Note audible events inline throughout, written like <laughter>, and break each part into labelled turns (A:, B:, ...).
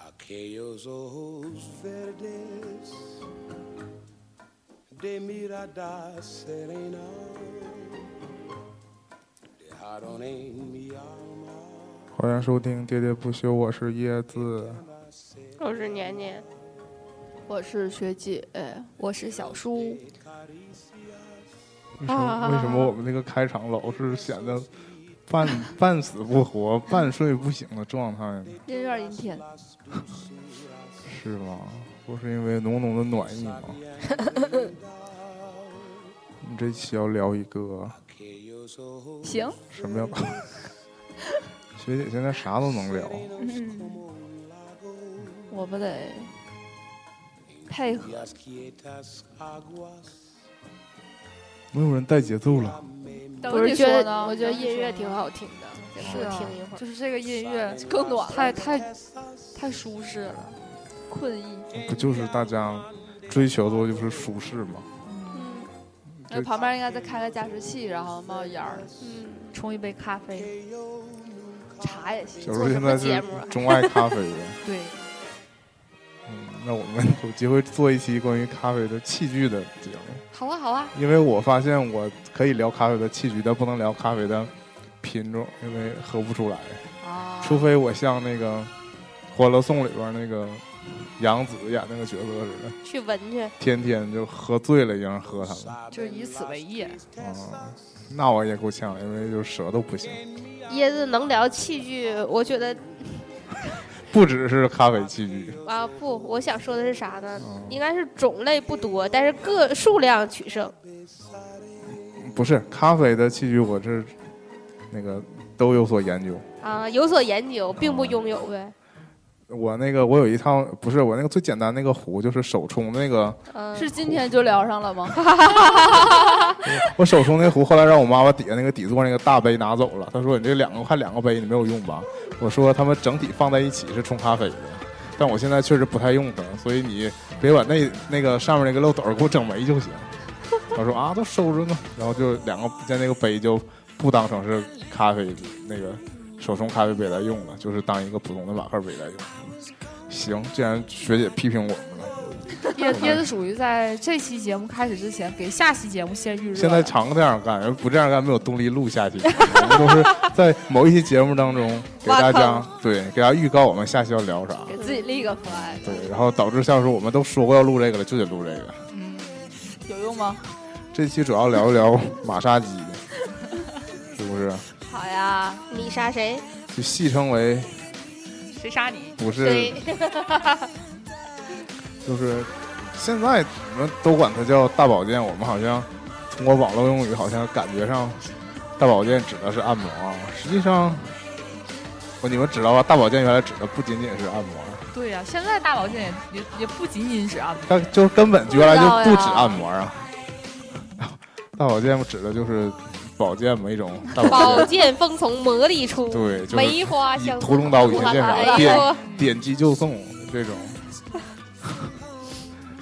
A: aquellos ojos verdes de mirada serena dejaron en mi alma
B: 欢迎收听《喋喋不休》，我是椰子。
C: 我是年年，
B: 哦
D: 我是学姐，哎我是小叔，
B: 为什
C: 啊
B: 么？为什么我们这个开场老是显得半半死不活、半睡不醒的状态呢？
D: 这有点阴天。
B: 是吗？不是因为浓浓的暖意吗？我们这期要聊一个
A: aquellos ojos
D: 行，
B: 什么呀？学姐现在啥都能聊，
D: 嗯，我们得配合。
A: las quietas aguas
B: 没有人带节奏了。
C: 我是觉得我觉得音乐挺好听的，
D: 是
C: 我
D: 啊
C: 听一会儿。
D: 就是啊这个音乐
A: 更暖了
D: 太太太舒适了，困意。
B: 不就是大家追求的就是舒适吗？
C: 嗯
D: 那旁边应该再开个加湿器，然后冒烟儿，
C: 嗯，
E: 冲一杯咖啡，
D: 茶也行
B: 小。时
C: 做
B: 候
C: 什
B: 现
C: 么
B: 在
C: 节
B: 是
C: 目啊 <laughs>
B: 钟爱咖啡的。
E: 对，
B: 嗯，那我们有机会做一期关于咖啡的器具的节目，
D: 好啊，好啊，
B: 因为我发现我可以聊咖啡的器具，但不能聊咖啡的品种，因为喝不出来，
D: 啊，
B: 除非我像那个《欢乐颂》里边那个杨紫演那个角色似的，
C: 去闻去。
B: 天天就喝醉了一样喝它们。
E: 就是以此为业。
B: 啊，那我也够呛，因为就是舌头不行，
C: 椰子能聊器具，我觉得
B: 不只是咖啡器具，
C: 啊不，我想说的是啥呢？
B: 嗯
C: 应该是种类不多，但是个数量取胜。
B: 不是咖啡的器具，我是那个都有所研究。
C: 啊，有所研究，并不拥有呗。
B: 我那个我有一套，不是我那个最简单那个壶，就是手冲那个， <laughs>
C: 嗯，
D: 是今天就聊上了吗？
B: 我手冲那壶，后来让我妈把底下那个底座那个大杯拿走了。她说你这两个还两个杯，你没有用吧？我说他们整体放在一起是冲咖啡的，但我现在确实不太用它，所以你别把那那个上面那个漏斗给我整没就行。我说啊，都收着呢，然后就两个在那个杯就不当成是咖啡那个手冲咖啡杯来用了，就是当一个普通的马克杯来用。行，既然学姐批评我们了。
E: 椰椰子属于在这期节目开始之前给下期节目先预热了。
B: 现在常这样干，不这样干没有动力录下去。 <laughs> 我们都是在某一期节目当中给大
C: 挖
B: 家对给大家预告我们下期要聊啥，
D: 给自己立个 flag，
B: 对，然后导致下次我们都说过要录这个了，就得录这个。
D: 有用吗？
B: 这期主要聊一聊马杀鸡，是不是？
D: 好呀，
C: 你杀谁？
B: 就戏称为
E: 谁杀你？
B: 不是
C: 谁？
B: <laughs> 就是现在你们都管它叫大保健，我们好像通过网络用语好像感觉上大保健指的是按摩，啊，实际上。哦你们知道吧？大保健原来指的不仅仅是按摩，
E: 对呀、啊现在大保健也也也不仅仅是按摩，
B: 它就是根本原来就不止按摩啊。 <laughs> 大保健指的就是保健嘛，一种大保
C: <laughs> 宝
B: 健，
C: 剑锋从磨砺出，
B: 对，就是
C: 梅花
B: 以
C: 香。
B: 屠龙刀与
C: 我
B: 神剑
C: 来
B: 法，
C: 了
B: 点点击就送这种。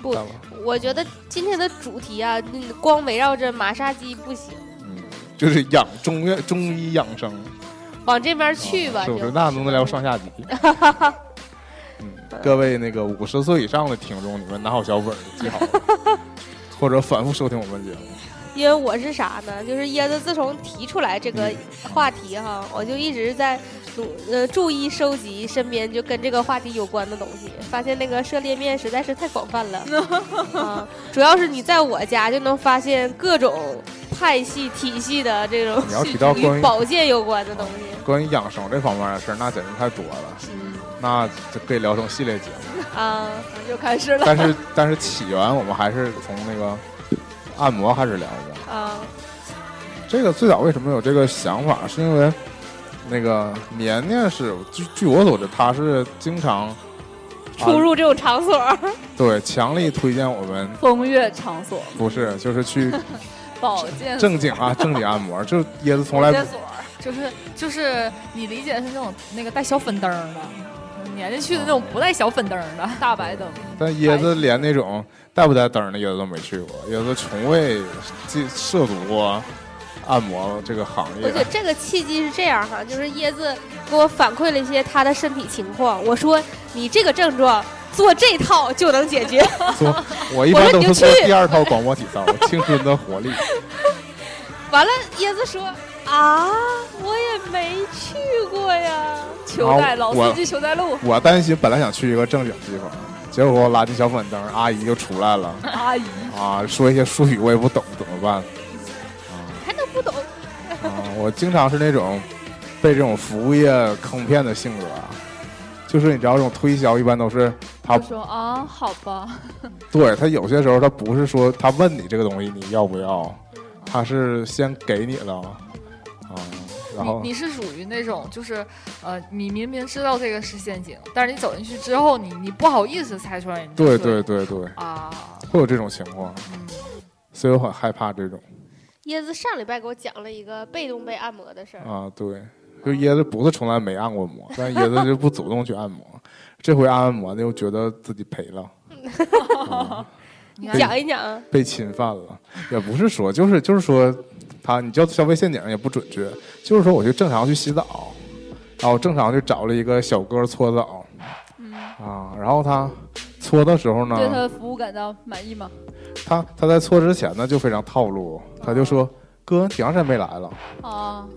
C: 不
B: 大保
C: 我觉得今天的主题啊，嗯光围绕着马杀鸡不行，
B: 嗯，就是养中药中医养生，啊
C: 往这边去吧。
B: 哦是不是？
C: 就
B: 那能聊上下级。
C: <laughs>
B: 嗯，各位那个五十岁以上的听众，你们拿好小本儿记好
C: <laughs>
B: 了，或者反复收听我们节目。
C: 因为我是啥呢？就是椰子自从提出来这个
B: 嗯
C: 话题哈，我就一直在努呃注意收集身边就跟这个话题有关的东西，发现那个涉猎面实在是太
B: <laughs>
C: 广泛了。啊，主要是你在我家就能发现各种派系体系的这种
B: 你要提到关
C: 与
B: 于
C: 保健有关的东西
B: 关于养生这方面的事儿，那简直太多了，
C: 嗯
B: 那这可以聊成系列节目。
D: <laughs>
C: 啊。
D: 又开始了。
B: 但是但是起源我们还是从那个按摩开始聊的。
C: 啊，
B: 这个最早为什么有这个想法，是因为那个年年是据据我所知，他是经常
C: <laughs> 出
B: 啊
C: 入这种场所，
B: <laughs> 对强力推荐我们。
D: 风月场所，
B: 不是，就是去
D: 保健
B: 正经
C: <laughs>
B: 啊，正经按摩。就椰子从来
D: 所，
E: 就是就是你理解是那种那个带小粉灯儿的，年年去的那种不带小粉灯儿的。
B: 啊
D: 大白灯，
B: 但椰子连那种带不带灯儿的椰子都没去过，椰子从未接涉足过按摩这个行
C: 我
B: 业
C: 觉得，这个契机是这样哈，就是椰子给我反馈了一些他的身体情况。我说你这个症状做这套就能解 <laughs> 决，
B: 做我一
C: 我
B: 般
C: 说
B: 都
C: 你
B: 是
C: 就
B: 做
C: 去
B: 第二套广播体操，青春的活力。
C: 完了椰子说啊，我也没去过呀。
E: 求带
B: 啊
E: 老
B: 我
E: 司机求带路，
B: 我担心本来想去一个正经地方，结果我拉进小粉灯，阿姨就出来了
E: 阿姨，
B: 啊，说一些术语我也不懂，怎么办？
C: 还能不懂？
B: 啊，我经常是那种被这种服务业坑骗的性格啊，就是你知道，这种推销一般都是他
D: 我说啊，好吧，
B: 对他有些时候他不是说他问你这个东西你要不要，他是先给你了啊，然后
E: 你你是属于那种就是，呃，你明明知道这个是陷阱，但是你走进去之后，你你不好意思猜出来，你就
B: 对对
E: 说
B: 对对，
E: 啊，
B: 会有这种情况，
E: 嗯，
B: 所以我很害怕这种
C: 椰子上礼拜给我讲了一个被动被按摩的
E: 哦
C: 事儿，
B: 啊，对，就椰子不是从来没按过摩，但椰子就不主动去按摩，这回按完摩呢又觉得自己赔了。
E: 你
B: 对
E: 看
C: 讲一讲啊。
B: 被侵犯了，也不是说，就是就是说，他你叫消费陷阱也不准确，就是说我就正常去洗澡，然后正常去找了一个小哥搓澡，啊，然后他搓的时候
D: 嗯对他
B: 呢，
D: 的服务感到满意吗？
B: 他他在搓之前呢就非常套路，他就说哥挺长时间没来了， <laughs>
D: 啊，
B: 啊、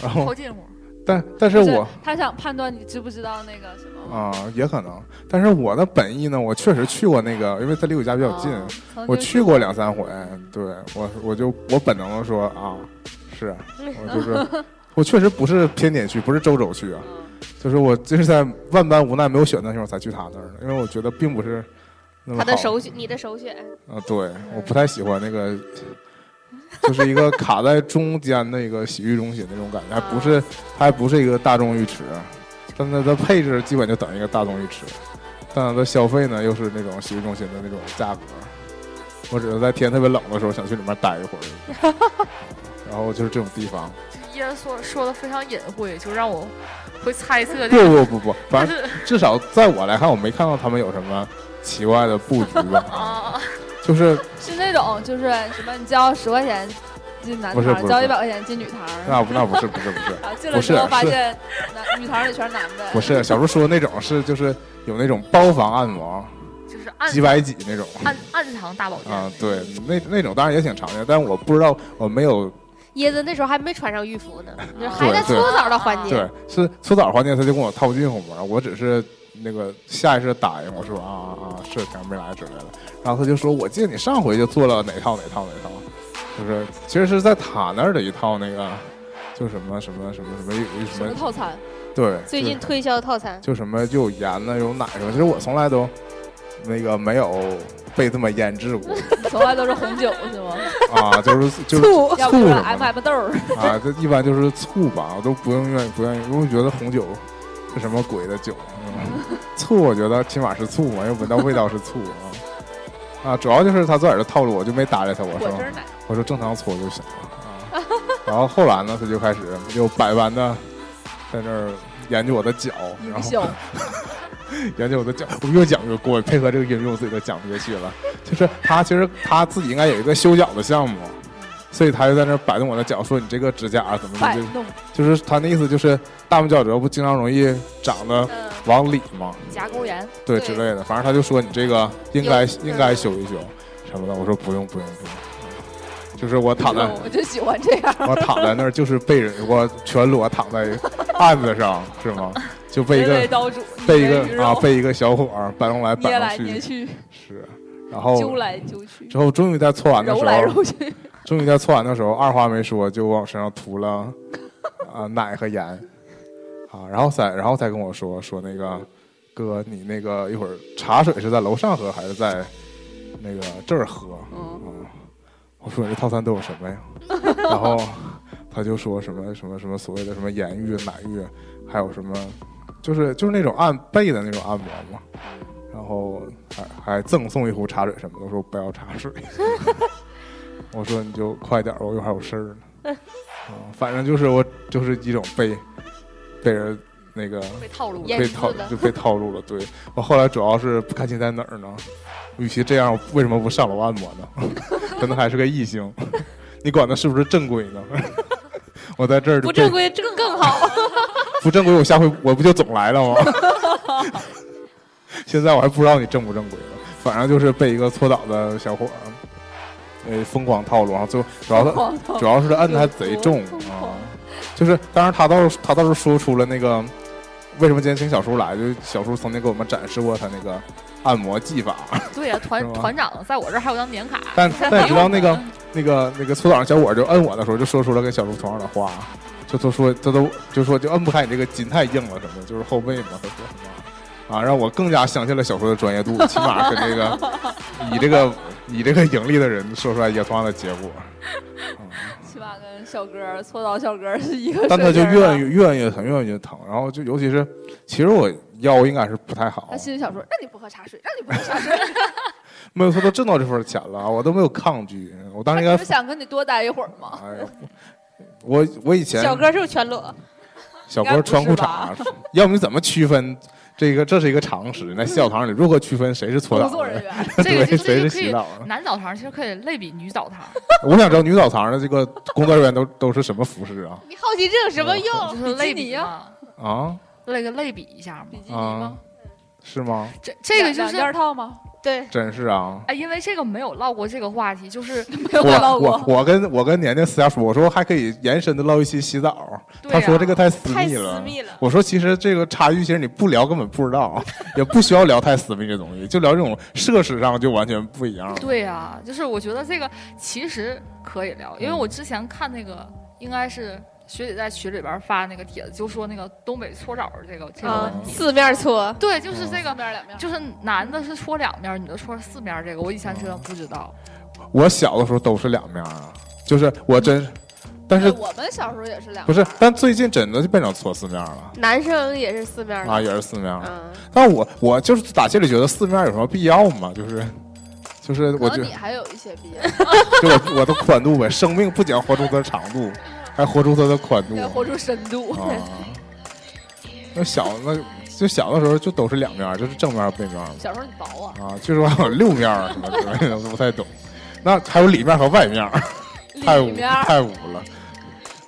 B: 然后
E: 套近乎，
B: 但但是
D: 不是
B: 我
D: 他想判断你知不知道那个什么。
B: 啊也可能，但是我的本意呢，我确实去过那个，因为他离我家比较近，
C: 哦
D: 啊
B: 我去过两三回，对我我就我本能的说啊，
C: <laughs>
B: 是我就是我确实不是偏点去，不是周周去啊，
C: 嗯
B: 就是我就是在万般无奈没有选择的时候才去他那儿的，因为我觉得并不是那么
C: 他的
B: 好
C: 首选，你的首选，
B: 啊，对，我不太喜欢那个，就是一个卡在中间的一个洗浴中心那种感觉，还不是它还不是一个大众浴池，啊但它的配置基本就等于一个大众浴池，但它的消费呢又是那种洗浴中心的那种价格。我只是在天特别冷的时候想去里面待一会儿， <laughs> 然后就是这种地方。
E: 椰子说说的非常隐晦，就让我会猜测这
B: 不
E: 个，
B: 不不不，
E: 但
B: 反正
E: 是
B: 至少在我来看，我没看到他们有什么奇怪的布局
E: <laughs>
B: 吧，
E: <laughs> 啊，
B: 就是
D: 是那种就是什么，你交十块钱进男
B: 不是
D: 堂，
B: 不是
D: 交
B: 不
D: 一
B: 是
D: 百块钱进女堂，然
B: 那那不是不是不是。
D: 后进
B: 不
D: 了之
B: 是
D: 后发
B: 是
D: 现男 <laughs> 女堂里全是男的。
B: 不是，小时候说那种是就是有那种包房按摩，
E: 就是暗
B: 几百几那种
E: 暗暗藏大保健
B: 啊，对，那那种当然也挺常见，但我不知道我没有
C: 椰子那时候还没穿上浴服呢，
E: 对
C: 还在搓澡的环节。
B: 对是搓澡环节他就跟我套近乎嘛，我只是那个下意识地答应我说啊啊啊是可能没来之类的，然后他就说我记得你上回就做了哪套哪套哪套，就是其实是在他那儿的一套那个就什么什么什么什么有一
D: 什
B: 什
D: 么
B: 么
D: 套餐？
B: 对
C: 最
B: 就
C: 近推销套餐，
B: 就什么又有盐呢，又有奶什么，其实我从来都那个没有被这么腌制过
D: 你从来都是红酒
B: <laughs>
D: 是吗？
B: 啊，
D: <laughs>
B: 就是就是
C: 醋
D: 要不
B: 醋
D: 就是
B: 什
D: M
B: 么
D: M 豆儿。
B: 的啊，这一般就是醋吧，我都不用愿意不愿意，因为我觉得红酒是什么鬼的酒，
D: <laughs>
B: 嗯醋我觉得起码是醋嘛，又闻到味道是醋啊啊，主要就是他自个儿的套路，我就没搭理他，我
D: 果
B: 说
D: 汁奶，
B: 我说正常搓就行了啊，然后后来呢，他就开始又百般的在那儿研究我的脚，然
D: 营
B: 后。
D: 销，
B: 研究我的讲，我越讲越过，配合这个音乐，我自己都讲不下去了。就是他其实他自己应该有一个修脚的项目，所以他就在那儿摆弄我的脚，说你这个指甲啊怎么
D: 摆
B: 怎么
D: 弄，
B: 就，就是他那意思就是大拇脚趾头不经常容易长得
C: 嗯，
B: 往里吗？
E: 夹沟炎，
B: 对
C: 对
B: 之类的，反正他就说你这个应该
C: 有
B: 应该修一修什么的。我说不用不用不用，就是我躺在
D: 我就喜欢这样。
B: <laughs> 我躺在那儿就是被人我全裸躺在案子上是吗？就被一
D: 人
B: 个
D: 为刀俎，
B: 被一
D: 你人鱼
B: 个
D: 肉
B: 啊，被一个小伙儿搬弄来
D: 捏
B: 搬
D: 来
B: 弄
D: 捏
B: 去，哦
D: 去，
B: 是。然
D: 揪
B: 后
D: 来揪去，
B: 之后，终于在搓完的
D: 揉
B: 时
D: 来
B: 候，
D: 揉去。
B: <laughs> 终于在搓完的时候，二话没说就往身上涂了啊、奶和盐啊，然后才然后才跟我说说那个哥，你那个一会儿茶水是在楼上喝还是在那个这儿喝？
D: 嗯， <laughs>
B: 啊，我说你这套餐都有什么呀？然后他就说什么什么什么所谓的什么盐浴、奶浴，还有什么，就是就是那种按背的那种按摩嘛。然后还还赠送一壶茶水什么的，我说我不要茶水。我说你就快点儿吧，我一会儿还有事儿呢。啊，反正就是我就是一种被被人那个
E: 被套路
C: 也
E: 了，
B: 被
C: 被
B: 套
C: 套的
B: 就被套路了。对我后来主要是不开心在哪 <laughs> 儿呢？与其这样，为什么不上楼按摩呢？可能还是个异性， <laughs> 你管它是不是正规呢？ <laughs> 我在这儿就
C: 不
B: 被
C: 正规这个更好。
B: 不正规，我下回我不就总来了吗？ <laughs> 现在我还不知道你正不正规呢，反正就是被一个搓倒的小伙儿，呃，疯狂套路，然后最后主要
D: 哦
B: 他主要是他摁的还贼重啊，就是当然他倒是他倒是说出了那个为什么今天请小叔来，就是小叔曾经给我们展示过他那个按摩技法，
E: 对呀、
B: 是吗
E: 团团长在我这儿还有张年卡，
B: <laughs> 但
E: 还
B: 但
E: 没
B: 你知道
E: 用
B: 那个
E: 呢
B: 那个那个搓澡的小伙儿就摁我的时候，就说出了跟小叔同样的话，就都说这都就说就摁不开你这个筋太硬了什么的，就是后背嘛，他说什么啊，让我更加相信了小叔的专业度，起码跟这个以这个以这个盈利的人说出来也有同样的结果，
D: 起码跟小哥儿搓澡小哥儿是 <laughs> 一个水平儿啊
B: 但
D: 吧。
B: 他就越按越越按越疼，越按越疼，然后就尤其是其实我腰应该是不太好
D: 他，心里想说：“让你不喝茶水，让你不喝茶水。
B: 没有他都挣到这份钱了，我都没有抗拒，我”当
D: 哎他
B: 时应
D: 只
B: 该
D: 是想跟你多待一会儿嘛。
B: 哎呀，我我以前
C: 小哥是不是全裸？
B: 小哥穿裤衩，要不你怎么区分这个？这是一个常识，在洗澡堂里如何区分谁是搓
D: 工
B: 澡
D: 作
B: 的 <laughs>
D: 人
B: 人，
D: 员，
E: 这
B: 对，
E: 个就这
B: 谁
E: 个
B: 是
E: 可
B: 洗
E: 以
B: 澡的？
E: 男澡堂其实可以类比女澡 <laughs> 堂，
B: 我想知道女澡堂的这个工作人员都都是什么服饰啊？
C: 你好奇这有什么
E: 就
C: 用？
E: 是类
D: 比基
E: 比
D: 尼
E: 嘛，
B: 啊
E: 类个类比一下嘛
D: 比。基尼
B: 啊
D: 吗？，
B: 是吗？
E: 这这个就
D: 两
E: 是
D: 两件套吗？
C: 对，
B: 真是啊！
E: 哎，因为这个没有唠过这个话题， <laughs> 就是
D: 没有
B: 我
D: 唠过
B: 我。我跟我跟年年私下说，我说还可以延伸的唠一期洗澡，
E: 对
B: 他说这个
E: 啊
B: 太私
C: 太
B: 密
C: 私
B: 了。
C: 密了。
B: 我说其实这个差距，其实你不聊根本不知道，啊 <laughs> 也不需要聊太私密的东西，就聊这种设施上就完全不一样了。
E: 对啊，就是我觉得这个其实可以聊，
B: 嗯
E: 因为我之前看那个应该是学姐在群里边发那个帖子，就说那个东北搓澡儿这个这个
C: 啊
E: 问
B: 嗯
E: 题，
C: 四面搓，
E: 对，就是这个
D: 面儿两面儿
E: 就是男的是搓两面儿，女的搓四面儿，这个我以前真的不知道。
B: 我小的时候都是两面儿啊，就是我真，但是
D: 对哎我们小时候也是两
B: 不
D: 面
B: 是
D: 儿，
B: 但最近真的就变成搓四面儿了
C: 男生也是四面
B: 啊，
C: 的。
B: 也是四面儿。
C: 嗯，
B: 但我我就是打心里觉得四面儿有什么必要吗？就是就是我觉
D: 可能 <laughs>
B: 得
D: 你还有一些别的，
B: 就我我的宽度呗，生命不仅活出它的长度，还活出它的宽度
D: 要活出深度。
B: 啊。哦
D: <laughs>
B: 那小那就小的时候就都是两面儿，就是正面儿和背面儿嘛
D: 小时候你薄啊，
B: 啊，据说还有六面儿什么之类的，我不太懂。 <laughs> 那还有里面儿和外面儿。
D: <laughs>
B: 太
D: 里
B: 污
D: 面儿
B: 太污了，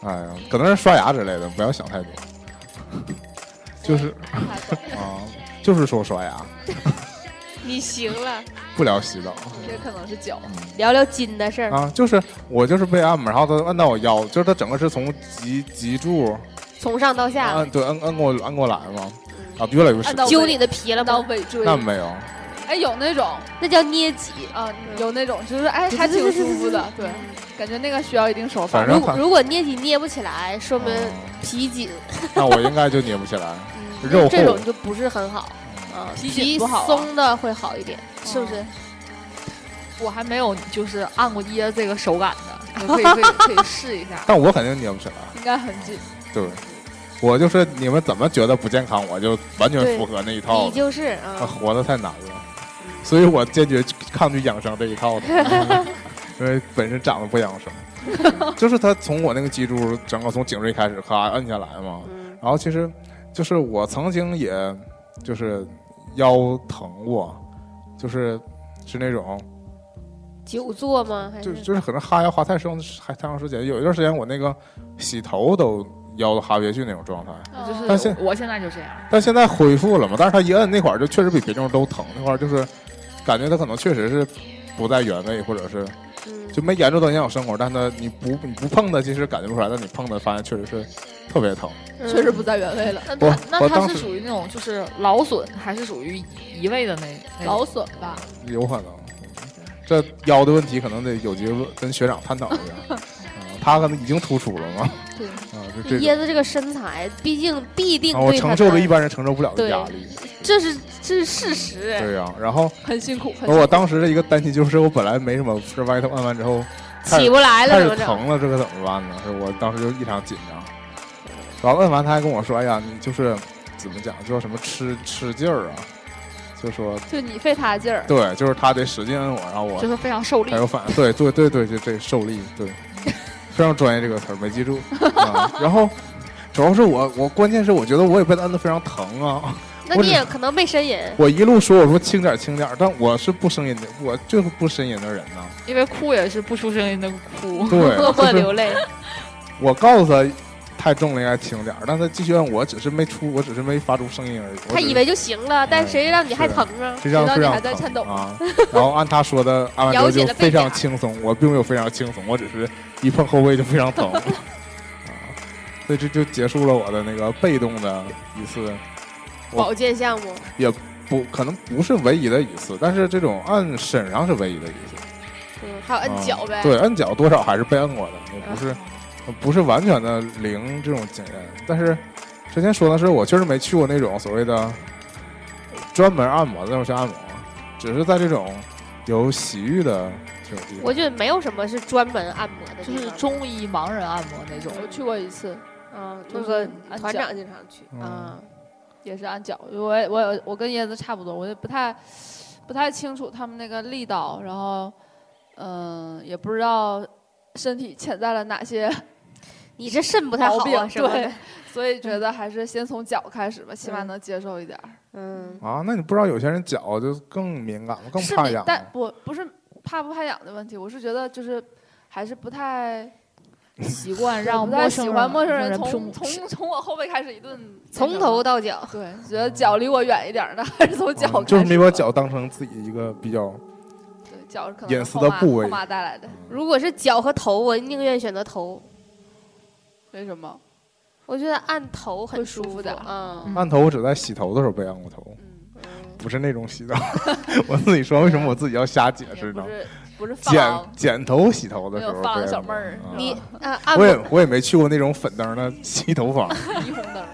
B: 哎呀，可能是刷牙之类的，不要想太多。 <laughs> 就是
D: 太薄了
B: 啊，就是说刷牙，
C: 你行了，
B: 不聊洗澡嗯
D: 也可能是脚。
C: 聊聊筋的事儿。
B: 啊，就是我就是被按嘛，然后他按到我腰，就是他整个是从脊脊柱
C: 从上到下
B: 按对摁摁过按过来嘛，啊，越来越深
D: 按。到
C: 揪你的皮了
D: 到
C: 吗？
D: 尾椎，
B: 那没有，
D: 哎，有那种
C: 那叫捏脊。
D: 啊，有那种，就是哎，还挺舒服的，对，感觉那个需要一定手法
B: 反。
C: 如
B: 正
C: 果
B: 他，
C: 如果捏脊捏不起来，说明
B: 嗯
C: 皮紧，
B: 那我应该就捏不起来。
C: 嗯
B: 肉厚
C: 这种就不是很好。啊，
D: 嗯皮紧
C: 皮
D: 不好啊嗯
C: 松的会好一点，是不是？
E: 我还没有就是按过椰这个手感 <laughs> 的，我可以可以可以试一下。
B: 但我肯定捏不起来，
D: 应该很紧，
B: 对，我就是你们怎么觉得不健康，我就完全
C: 对
B: 符合那一套
C: 你
B: 的。
C: 就是
B: 啊，
C: 啊，
B: 活得太难了，所以我坚决抗拒养生这一套
C: <laughs>
B: 的，因为本身长得不养生，就是他从我那个脊柱整个从颈椎开始咔摁下来嘛，
C: 嗯
B: 然后其实就是我曾经也就是腰疼过，就是是那种
C: 久坐吗？还
B: 就是就是可能哈腰哈太长还太长时间，有一段时间我那个洗头都腰都哈不下去那种状态，
E: 就
B: <laughs> 但
E: 是
B: 现
E: 我现在就这样，
B: 但现在恢复了嘛，但是他一摁那块儿就确实比别地方都疼，那块儿就是感觉他可能确实是不在原位，或者是
C: 嗯
B: 就没严重到影响生活，但他你不你不碰它，其实感觉不出来，但你碰它发现确实是特别疼。
C: 嗯
D: 确实不在原位了，
E: 那
B: 我
E: 它那
B: 我
E: 它
B: 当
E: 是
B: 时
E: 属于那种就是劳损，还是属于移位的那
B: 嗯
E: 那种
D: 劳损吧，
B: 有可能。这腰的问题可能得有机会跟学长探讨一下，啊、他可能已经突出了嘛，
D: 对，
B: 啊、就这
C: 椰
B: 种，
C: 子这个身材，毕竟必定
B: 啊，我
C: 对他
B: 承受着
C: 的
B: 一般人承受不了的
C: 对
B: 压力，
C: 这是这是事实。
B: 对呀、然后
D: 很辛苦，很辛苦
B: 我当时的一个担心就是，我本来没什么事，万一他按完之后开始
C: 起不来
B: 开
C: 了，
B: 始
C: 怎么整？
B: 疼了，这可怎么办呢？是我当时就异常紧张。然后摁完，他还跟我说：“哎呀，你就是怎么讲，叫什么吃吃劲儿啊？”就说
D: 就你费他劲儿，
B: 对，就是他得使劲摁我，然后我
E: 就是非常受力
B: 才。有反应。对对对对，就这受力，对，非常专业这个词儿没记嗯住。啊、然后主要是我我关键是我觉得我也被他摁得非常疼啊，
C: 那
B: 我
C: 你
B: 只
C: 也可能没呻吟，
B: 我一路说我说轻点儿轻点儿，但我是不呻吟的，我就是不呻吟的人
D: <laughs>
B: 呐。
E: 因为哭也是不出声音的哭。
B: 对，
C: 默默
B: 就是
C: 流泪。
B: 我告诉他太重了应该轻点儿，但他继续按我，只是没出，我只是没发出声音而已。我
C: 他
B: 只
C: 以
B: 是
C: 为就行了，但
B: 嗯
C: 谁让你还
B: 是
C: 疼啊？
B: 非常非
D: 知道你
B: 常
D: 还在
B: 疼
D: 颤抖
B: 啊。然后按他说的，按完之后
C: 了解
B: 就
C: 了
B: 非
C: 背
B: 常
C: 景
B: 轻松，我并没有非常轻松，我只是一碰后背就非常
D: <laughs>
B: 疼啊。所以这就结束了我的那个被动的一次，我
C: 保健项目，
B: 不可能不是唯一的一次，但是这种按身上是唯一的一次。
C: 嗯，还有
B: 啊
C: 摁脚呗。
B: 对，摁脚多少还是被摁过的，也不是呃不是完全的零这种经验。但是之前说的是，我确实没去过那种所谓的专门按摩的那种去按摩，只是在这种有洗浴的这种地
C: 我
B: 方。
C: 觉得没有什么是专门按摩的地
E: 就是
C: 方，
E: 中医盲人按摩那种，
D: 我去过一次，
C: 嗯，那
D: 就是
C: 个
D: 按
C: 团
D: 脚
C: 长经常去，
B: 嗯
D: 啊，也是按脚，我也我也我跟椰子差不多，我也不太不太清楚他们那个力道，然后嗯、也不知道身体潜在了哪些
C: 你这肾不太好
D: 毛病，
C: 啊，什么
D: 对
C: 的，，
D: 所以觉得还是先从脚开始吧，起码能接受一点儿。
C: 嗯，
B: 啊，那你不知道有些人脚就更敏感，更
D: 是
B: 怕
D: 没
B: 痒。啊
D: 但我不是怕不怕痒的问题，我是觉得就是还是不太
E: 习惯让
D: 不太
E: 陌
D: 喜
E: 生
C: 啊
D: 欢陌生
E: 人
D: 从
E: 触摸
D: 从从我后背开始一顿那
C: 从
D: 什
C: 头
D: 么
C: 到脚，
D: <laughs> 对，觉得脚离我远一点儿的， <laughs> 还是从脚开
B: 嗯
D: 始、
B: 就是没把，脚当成自己一个比较，
D: 对脚是可能
B: 隐
D: 是
B: 私
D: 后
B: 的
D: 妈
B: 部位
D: 后妈带来的，
B: 嗯
C: 如果是脚和头，我宁愿选择头，
D: 为什么？
C: 我觉得按头很
D: 会舒服
C: 服
D: 点儿
C: 嗯，
B: 按头我只在洗头的时候被按过头，
D: 嗯，
B: 不是那种洗澡。 <laughs> 我自己说为什么我自己要瞎解
D: 也
B: 释呢
D: 不？是不是
B: 剪
D: 放
B: 剪头洗头的
D: 没
B: 时候
D: 有
B: 被按过，
D: 放小妹儿
B: 啊，
C: 你按按
B: 我也
C: 摩，
B: 我也没去过那种粉灯的洗头房，
D: 霓虹
B: <laughs>
D: 灯，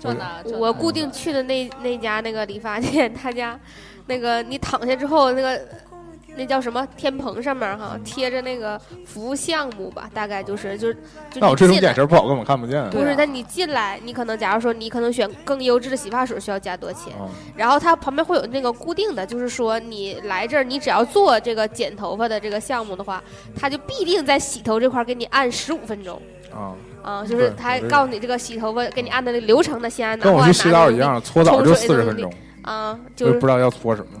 D: 转哪转哪
C: 我固定去的那那家那个理发店，他家那个你躺下之后那个。那叫什么天棚上面哈贴着那个服务项目吧，大概就是就是就
B: 那我
C: 你
B: 这种
C: 进来
B: 眼神不好，根本看不见。
C: 不
E: 对
C: 是，
E: 啊
C: 但你进来，你可能假如说你可能选更优质的洗发水需要加多少钱，
B: 啊，
C: 然后它旁边会有那个固定的，就是说你来这儿，你只要做这个剪头发的这个项目的话，它就必定在洗头这块儿给你按十五分钟
B: 啊，
C: 啊，就是
B: 对
C: 它
B: 我这
C: 告诉你这个洗头发给你按的那个流程的，先按哪
B: 跟我
C: 块
B: 去
C: 儿
B: 洗澡一
C: 哪
B: 样，搓澡就四十分钟，
C: 里啊，
B: 我
C: 就
B: 也
C: 是
B: 不知道要搓什么。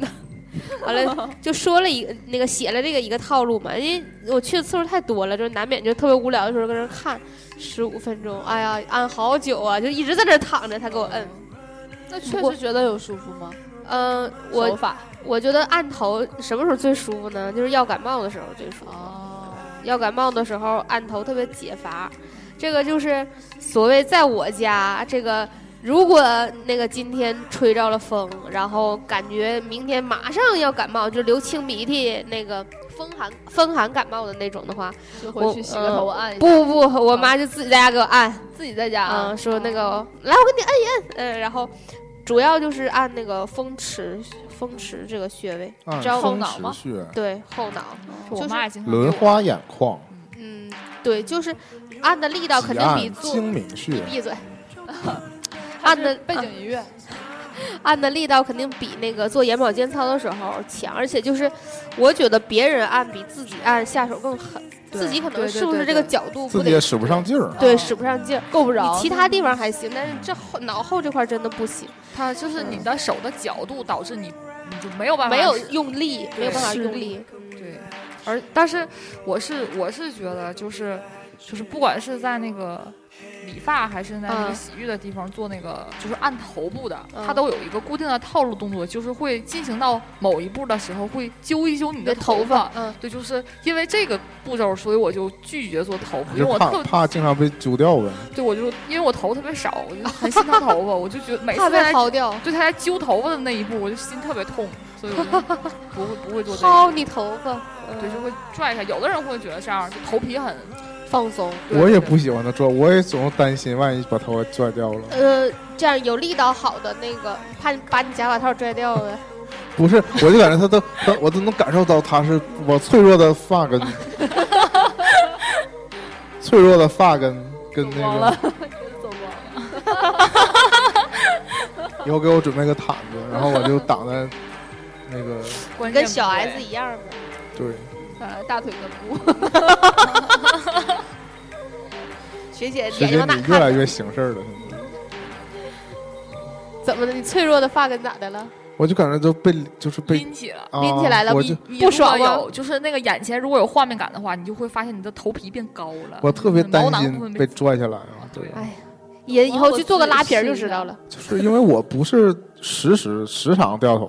C: 完
D: <laughs>
C: 了就说了一个那个写了这个一个套路嘛，因为我去的次数太多了，就是难免就特别无聊的时候搁那儿看十五分钟，哎呀按好久啊，就一直在那儿躺着，他给我摁。
D: 那
C: 不
D: 确
C: 过
D: 实觉得有舒服吗？
C: 嗯，
D: 手
C: 我
D: 法
C: 我觉得按头什么时候最舒服呢？就是要感冒的时候最舒服。
D: 哦，
C: 要感冒的时候按头特别解乏，这个就是所谓在我家这个。如果那个今天吹着了风，然后感觉明天马上要感冒，就流清鼻涕那个风寒风寒感冒的那种的话，
D: 就回去洗个头按一下，
C: 呃不不不，我妈就自己在家给我按，
D: 自己在家
C: 啊、
D: 啊
C: 说那个来，我给你摁一摁，嗯、然后主要就是按那个风池风池这个穴位，
B: 按
C: 知道
B: 风
E: 后脑
B: 池
E: 吗
B: 穴、
C: 对后脑，
E: 我妈也经常给我
B: 轮花眼眶、
C: 嗯，对，就是按的力道肯
B: 挤
C: 定比
B: 按、
C: 做
B: 睛明
C: 你
B: 穴，
C: 闭嘴，
D: 它
C: <laughs> 按
D: 是
C: 的啊
D: 背景音乐，
C: 按的力道肯定比那个做眼保健操的时候强，而且就是我觉得别人按比自己按下手更狠，自己可能
D: 对对
C: 是不是
D: 对
C: 这个
D: 对
C: 角度
B: 自
C: 不
B: 己
C: 得
B: 也。使不上劲儿。
C: 对，
D: 嗯
C: 使不上劲儿，
D: 够不
C: 你
D: 着。
C: 其他地方还行，但是这后脑后这块儿真的不行。
E: 它就是你的手的角度导致你你就没有办法
C: 没有用力，没有办法
E: 是
C: 用
E: 力
C: 力。
E: 对，而但是我是我是觉得就是就是不管是在那个理发还是在那个
C: 嗯
E: 洗浴的地方做那个就是按头部的，它
C: 嗯
E: 都有一个固定的套路动作，就是会进行到某一步的时候会揪一揪你
C: 你
E: 的
C: 的头
E: 发
C: 发，。嗯，
E: 对，就是因为这个步骤，所以我就拒绝做头发，因为
B: 就
E: 我
B: 怕
E: 特
B: 怕经常被揪掉呗，
E: 对我就因为我头特别少，我就很心疼头发，我就觉得每
C: 怕
E: 次
C: 被
E: 在
C: 薅掉，
E: 对他在揪头发的那一步，我就心特别痛，所以我就不会不会做这
C: 薅
E: 个，
C: 你头发，
E: 对，就
C: 嗯，
E: 会拽一下。有的人会觉得这样，就头皮很，
C: 放松。
E: 对
B: 我也
E: 对
B: 不喜欢他做，我也总是担心万一把头发拽掉了。
C: 呃，这样有力道好的那个，怕你把你假发套拽掉了。
B: 不是，我就感觉他都，他我都能感受到他是我脆弱的发
C: <laughs>
B: 根，脆弱的发根跟那个，
D: 走光
B: 以后给我准备个毯子，然后我就挡在那个
E: 关键
C: 跟小
E: 部位
C: S 一样呗。
B: 对，
D: 了，呃大腿根部。
C: 学姐
B: 学
C: 脸
B: 姐
C: 往哪
B: 你越
C: 看
B: 来
C: 呢？
B: 越行事儿了，现在
C: 怎么么的？你脆弱的发根咋的
D: <laughs>
C: 了？
B: 我就感觉都被就是被
E: 拎起了。
B: 啊
C: 拎起来了
B: 我
C: 比
B: 就
E: 你
C: 不
E: 如
C: 爽
E: 果
C: 吗
E: 有，就是那个眼前如果有画面感的话，你就会发现你的头皮变高了。
B: 我特别
E: 你
C: 嗯
E: 的毛
B: 担
E: 囊部
B: 心
E: 分
B: 被
E: 被
B: 拽下来啊，对
C: 哎也以
E: 哦我
C: 后
E: 我
C: 去做个
E: 自
C: 拉
E: 己
C: 皮儿
E: 试
C: 就
E: 一
C: 知
E: 下
C: 道了
B: 就是因为我不是时时时常掉头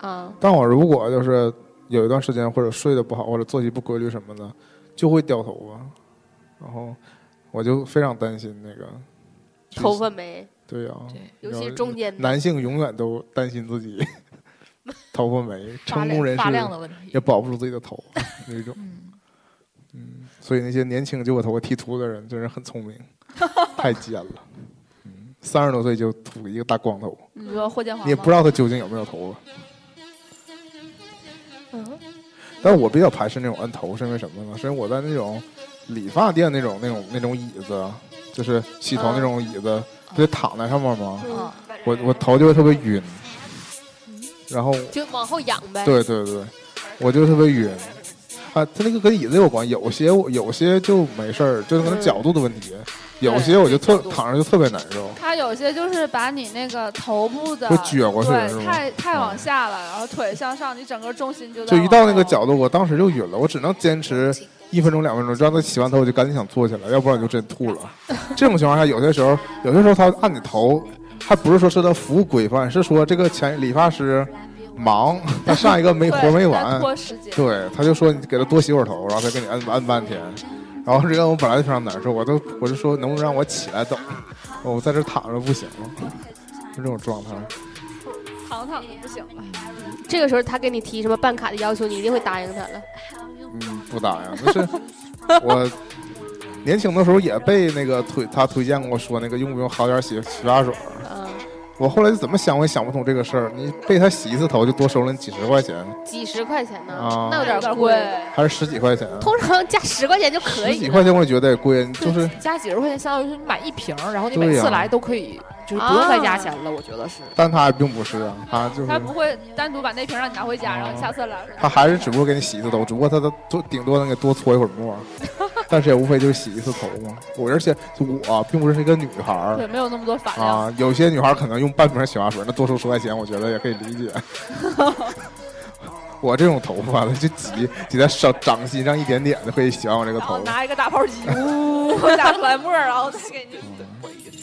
B: 发，
C: 啊。
B: 但我如果就是有一段时间或者睡得不好或者作息不规律什么的，就会掉头发，然后我就非常担心那个
C: 头。发没，
B: 对啊呀、
E: 对
C: 尤其是中间的，
B: 男性永远都担心自己头发没，
E: <laughs> 发
B: 成功
E: 量
B: 人士
E: 发量的问
B: 也
E: 题。
B: 保不住自己的头发那种。
E: 嗯，
B: 嗯，所以那些年轻就把头发剃秃的人，真是很聪明，
E: <laughs>
B: 太奸了。嗯，三十多岁就秃一个大光头，
D: 你说霍建华
B: 你也
D: 吗
B: 不知道他究竟有没有头发。
C: 嗯
B: 但我比较排斥那种摁头，是因为什么呢？是因为我在那种理发店那种那种那种椅子，就是洗头那种椅子，不得躺在上面吗？
C: 嗯，
B: 我我头就会特别晕，然后
C: 就往后仰呗。
B: 对对对，我就特别晕。啊，它那个跟椅子有关，有些我有些就没事儿，就是可能
C: 嗯
B: 角度的问题，有些我就特躺着就特别难受。
D: 他有些就是把你那个头部的
B: 会撅过去是吗
D: 对，太太
B: 嗯
D: 往下了，然后腿向上，你整个重心就在
B: 就一到那个
D: 往后
B: 角度，我当时就晕了，我只能坚持一分钟、两分钟，就让他洗完头我就赶紧想坐起来，要不然我就真吐了。这种情况下，有些时候，有些时候他按你头，还不是说是他服务规范，是说这个前理发师忙，他上一个没活
D: <laughs> 对
B: 没
D: 再
B: 完，
D: 拖时间。
B: 对，他就说你给他多洗会儿头，然后他给你摁摁半天，然后这个我本来就非常难受，我都我就说能不能让我起来等，我在这躺着不行了，就这种状态。
D: 躺躺就不行了。
C: 这个时候他给你提什么办卡的要求，你一定会答应他了。
B: 嗯，不答应。就是 <laughs> 我年轻的时候也被那个推他推荐过，说那个用不用好点洗洗发水儿。
C: 嗯，
B: 我后来怎么想我也想不通这个事儿。你被他洗一次头就多收了你几十块钱，
C: 几十块钱呢，
B: 啊
C: 那有点
D: 有点
C: 贵
D: 贵。，
B: 还是十几块钱？
C: 通常加十块钱就可
B: 十
C: 以
B: 几
C: 了。
B: 块钱我也觉得也贵，就是
E: 加几十块钱，相当于是你买一瓶儿，然后你
B: 对
E: 每
B: 呀
E: 次来都可以，就是不用再加钱了。我觉得是，
B: 但他并不是啊，他就是
D: 他不会单独把那瓶让你拿回家，
B: 哦
D: 然后你下次来。
B: 他还是只不过给你洗一次头，只不过他的多顶多能给多搓一会儿沫儿，
C: <laughs>
B: 但是也无非就是洗一次头嘛。我而且我、啊并不是一个女孩儿
D: 对，没有那么多反量。
B: 啊，有些女孩儿可能用半瓶洗发水，那多收十块钱，我觉得也可以理
C: <laughs>
B: 解。我这种头发的就挤挤在手掌心上一点点的，可以洗完我这个
D: 然后
C: 哦
B: 头，
D: 拿一个大泡机，呜，打出来沫儿，然后再给你。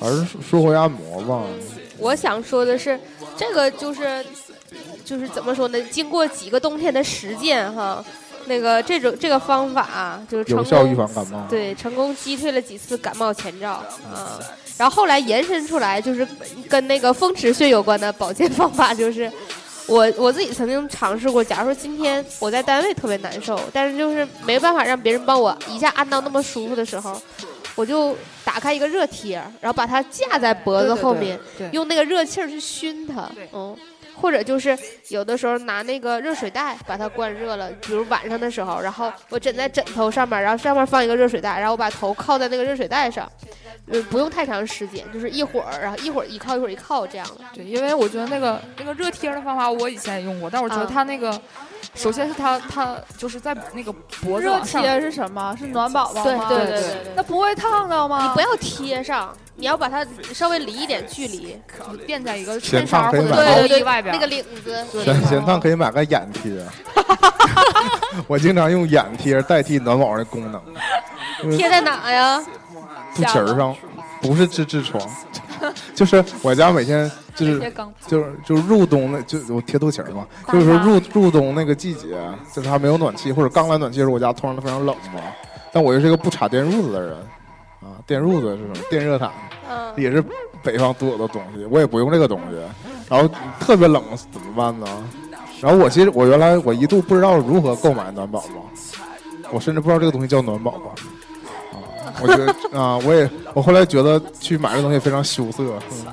B: 而是说回按摩吧，
C: 我想说的是，这个就是就是怎么说呢？经过几个冬天的实践哈，那个这种这个方法、啊就是成
B: 有
C: 功
B: 效预防感冒。
E: 哦
C: 对，成功击退了几次感冒前兆啊、然后后来延伸出来就是跟那个风池穴有关的保健方法，就是我我自己曾经尝试过。假如说今天我在单位特别难受，但是就是没办法让别人帮我一下按到那么舒服的时候，我就打开一个热贴，然后把它架在脖子后面，
E: 对对
C: 用那个热气儿去熏它
E: 对，
C: 嗯。或者就是有的时候拿那个热水袋把它灌热了，比如晚上的时候，然后我枕在枕头上面，然后上面放一个热水袋，然后我把头靠在那个热水袋上，嗯，不用太长时间，就是一会儿，然后一会儿一靠，一会儿一靠这样的。
E: 对，因为我觉得那个那个热贴的方法我以前也用过，但我觉得
C: 啊
E: 它那个，首先是它它就是在那个脖子
D: 热
E: 往上，
D: 贴是什么？是暖宝宝吗？
E: 对
C: 对
E: 对
C: 对
D: 那
C: 对，
D: 不会烫到吗？
C: 你不要贴上，你要把它稍微离一点距离，
E: 垫在一个
B: 前
E: 衬衫
B: 放
E: 或
B: 黑
E: 者
B: 板
C: 对对
E: 毛
C: 对，
E: 衣外
C: 那
E: 边儿。
C: 个领子。
B: 前前趟可以买个眼贴，
C: <laughs>
B: 我经常用眼贴代替暖宝的功能，
C: 贴在哪呀？
B: 肚脐儿上，不是治痔疮， <laughs> 就是我家每天就是
E: 刚
B: 就是就是入冬那就我贴肚脐儿嘛，就是说入入冬那个季节，啊就是还没有暖气或者刚来暖气的时候，我家通常都非常冷嘛，但我又是一个不插电褥子的人。啊，电褥子是什么？电热毯
C: 嗯，
B: 也是北方独有的东西，我也不用这个东西。然后特别冷怎么办呢？然后我其实我原来我一度不知道如何购买暖宝宝，我甚至不知道这个东西叫暖宝宝。啊，我觉得啊，我也我后来觉得去买这东西非常羞涩，嗯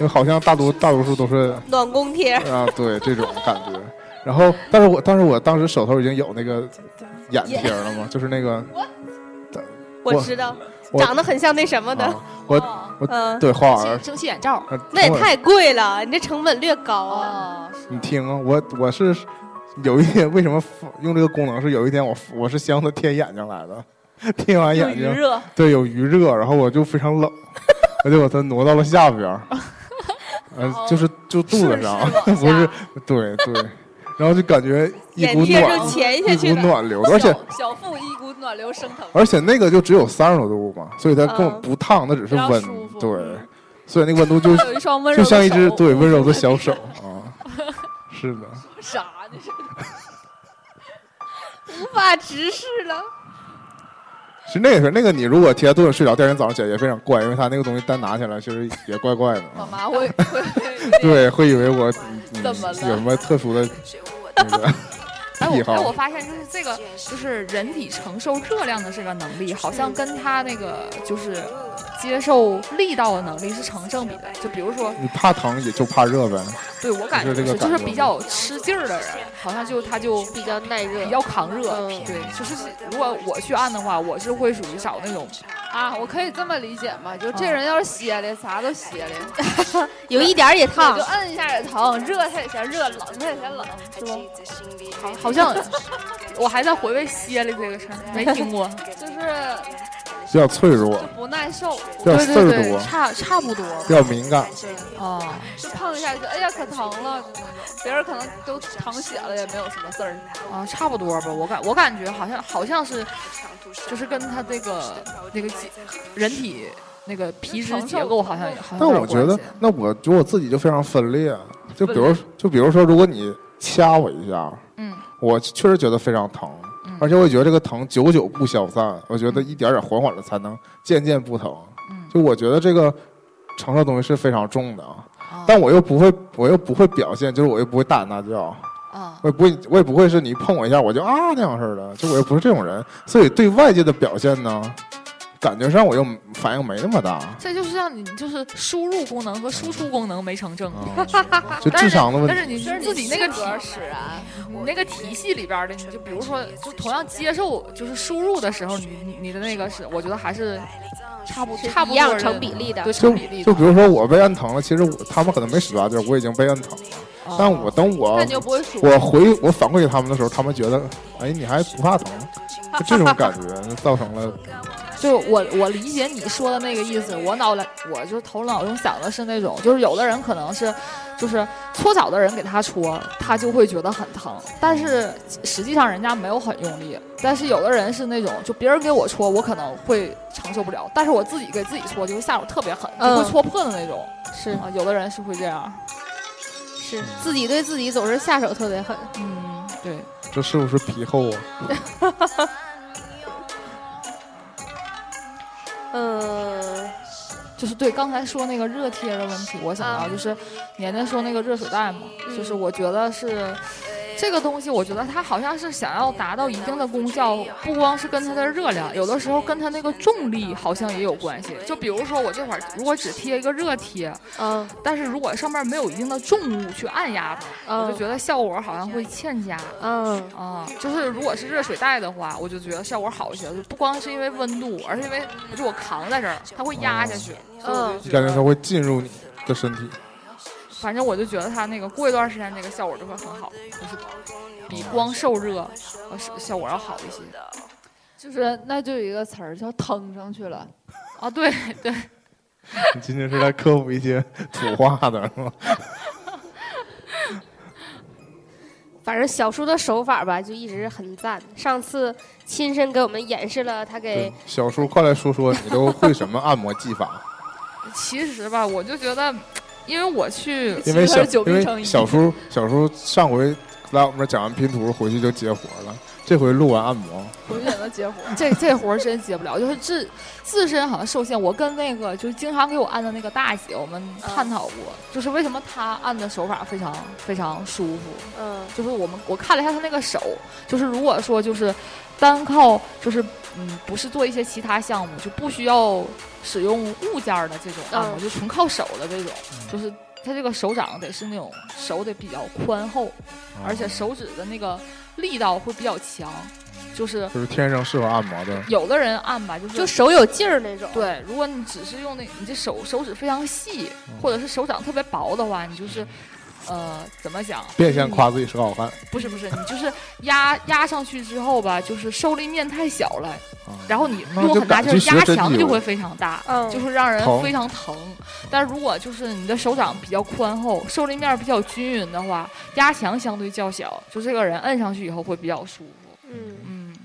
B: 因为好像大多大多数都是
C: 暖宫贴。
B: 啊，对这种感觉。然后，但是我但是我当时手头已经有那个眼贴了嘛，就是那个
C: 我
B: 我
C: 知道，
B: 我
C: 长得很像那什么的
B: 啊，，我我
C: 嗯，
B: 对花儿，
E: 蒸汽眼罩，
B: 啊
C: 那也
B: 等会儿
C: 太贵了，你这成本略高啊。
D: 哦，
B: 你听啊，我我是有一天为什么发用这个功能是有一天我我是箱子贴眼睛来的，贴完眼睛
C: 热， <laughs>
B: 对有余热，然后我就非常冷，我就把它挪到了下边儿，呃，
C: 哦
B: 就是就肚子上，不是，对对，然后就感觉一
C: 眼
B: 股
C: 贴
B: 暖
C: 就潜下
B: 一
C: 去
B: 股
C: 了。
B: 暖流，而且
D: 小小腹一股暖流升腾。
B: 而且那个就只有三十多度嘛，所以它根
C: 嗯
B: 本不烫，它只是
D: 比较
B: 温
D: 舒，服
B: 对
D: 嗯，
B: <laughs> 所以那个温度就
D: 有一双 <laughs> 温
B: 就
D: 柔的手，嗯
B: 像一只对温柔的小手啊，是的，
D: 啥？你是
C: 无法直视了。
B: 其实那个时候那个你如果贴在肚子睡着，第二天早上起来也非常怪，因为它那个东西单拿起来其实也怪怪的
D: 妈
B: 啊，
D: 妈会会 <laughs>
B: 对，会以为我嗯
D: 怎么了
B: 有什么特殊的那个
E: 哎，
B: 癖
E: 我哎，我
B: 好，
E: 发现就是这个，就是人体承受热量的这个能力，好像跟他那个就是接受力道的能力是成正比的。就比如说，
B: 你怕疼也就怕热呗，
E: 对我感
B: 就
E: 觉
B: 是这
E: 是，
B: 个
E: 就是
B: 感觉
E: 比较吃劲儿的人，好像就他就
C: 比较耐热
E: 比，较扛热。
C: 嗯
E: 对，就是如果我去按的话，我是会属于找那种
D: 啊，我可以这么理解吗？就这人要是歇了，啥都歇了，
C: 有一点儿也
D: 我
C: 烫
D: 就。摁一下也疼，热它也嫌热，冷它也嫌冷，是不？
E: 好，好像我还在回味歇了这个词儿，没
B: <laughs>
E: 听过。
D: 就是
B: 比较脆弱
D: 就，不耐受，
B: 比较
E: 对
B: 啊刺儿
E: 对对，
B: 多，
E: 差差不多
B: 比较敏感，
E: 啊。
D: 就碰一下就哎呀可疼了，就那种别人可能都淌血了也没有什么事儿。
E: 啊，差不多吧，我感我感觉好像好像是，就是跟他这个那个结人体那个皮质结构好像好像
B: 但
E: 有点
B: 我觉
E: 关
B: 得
E: 系，
B: 那我觉得我自己就非常分裂，就比
E: 分
B: 如就比如说，如果你掐我一下，
E: 嗯，
B: 我确实觉得非常疼，
E: 嗯
B: 而且我觉得这个疼久久不消散，我觉得一点点缓缓的才能渐渐不疼。
E: 嗯
B: 就我觉得这个承受东西是非常重的，
E: 啊
B: 但我又不会，我又不会表现，就是我又不会大喊大叫，
E: 啊
B: 我也不会，我也不会是你碰我一下我就啊那样似的，就我又不是这种人，所以对外界的表现呢，感觉上我又反应没那么
E: <laughs>
B: 大。
E: 这就是让你就是输入功能和输出功能没成正，
B: 啊就智商的问
E: 但
B: 题，
E: 是你自己那个体
D: 使然，
E: 你那个体系里边儿的，你就比如说就同样接受就是输入的时候，你你你的那个是我觉得还是差不
C: 是
E: 差不
C: 一
E: 多
C: 样
E: 的
C: 成比例的
E: 对
B: 就
E: 成比例的。
B: 就比如说我被按疼了，其实我他们可能没使多大劲儿，我已经被按疼了，
E: 啊
B: 但我等我
D: 哦那你就不会输。
B: 我回我反馈给他们的时候，他们觉得，哎，你还不怕疼，
D: <laughs>
B: 就这种感觉造成了，
E: 就我我理解你说的那个意思，我脑来我就头脑中想的是那种，就是有的人可能是，就是搓澡的人给他搓，他就会觉得很疼，但是实际上人家没有很用力。但是有的人是那种，就别人给我搓，我可能会承受不了，但是我自己给自己搓就会下手特别狠，就
C: 嗯
E: 会搓破的那种。
C: 是
E: 啊，有的人是会这样。
C: 是，自己对自己总是下手特别狠。
E: 嗯，对。
B: 这是不是皮厚啊？
C: 嗯，
E: 就是对刚才说那个热贴的问题，我想到
C: 啊
E: 就是年年说那个热水袋嘛，
C: 嗯
E: 就是我觉得是这个东西，我觉得它好像是想要达到一定的功效，不光是跟它的热量，有的时候跟它那个重力好像也有关系。就比如说我这会儿如果只贴一个热贴，
C: 嗯
E: 但是如果上面没有一定的重物去按压它，我就觉得效果好像会欠佳。
C: 嗯
E: 啊，就是如果是热水袋的话，我就觉得效果好一些，就不光是因为温度，而是因为就我扛在这儿，它会压下去，所以我就
C: 嗯
B: 你感觉它会进入你的身体， <laughs>
E: 反正我就觉得它那个过一段时间那个效果就会很好，就是比光受热呃效效果要好一些。
D: 就是那就有一个词儿叫腾上去了，
E: 啊，对对，
B: 你今天是来科普一些土话的是吗？
C: 反正小叔的手法吧，就一直很赞。上次亲身给我们演示了他给
B: 对小叔，快来说说你都会什么按摩技法？
E: 其实吧，我就觉得，因为我去
B: 因为
D: <laughs> 其
B: 小
D: 实它是久
B: 因
D: 病成
B: 为
D: 医
B: 小叔小叔上回来我们这儿讲完拼图回去就接活了，这回录完按摩，
D: 回去也能接活。
E: 这这活儿真接不了，就是自自身好像受限。我跟那个就是经常给我按的那个大姐，我们探讨过，就是为什么她按的手法非常非常舒服，
C: 嗯
E: 就是我们我看了一下他那个手，就是如果说就是单靠就是嗯不是做一些其他项目，就不需要使用物件儿的这种按
C: 嗯
E: 摩，就纯靠手的这种，
B: 嗯
E: 就是他这个手掌得是那种手得比较宽厚，
B: 嗯
E: 而且手指的那个力道会比较强，
B: 嗯
E: 就是
B: 就是天生适合按摩的，
E: 有的人按吧，就是
C: 就手有劲儿那种。
E: 对，如
B: 嗯
E: 果你只是用那，你这手手指非常细，或者是手掌特别薄的话，你就是呃，怎么讲？
B: 变相夸自己是个好汉
E: 不是不是，你就是压压上去之后吧，就是受力面太小了，
B: 啊。
E: 然后你
B: 那
E: 用
B: 就
E: 很大
B: 感
E: 劲儿
B: 觉学
E: 压
B: 真
E: 强
B: 有
E: 就会非常大，
C: 嗯
E: 就会让人
B: 疼
E: 非常疼。但如果就是你的手掌比较宽厚，受力面比较均匀的话，压强相对较小，就这个人摁上去以后会比较舒服。
C: 嗯，
E: 嗯，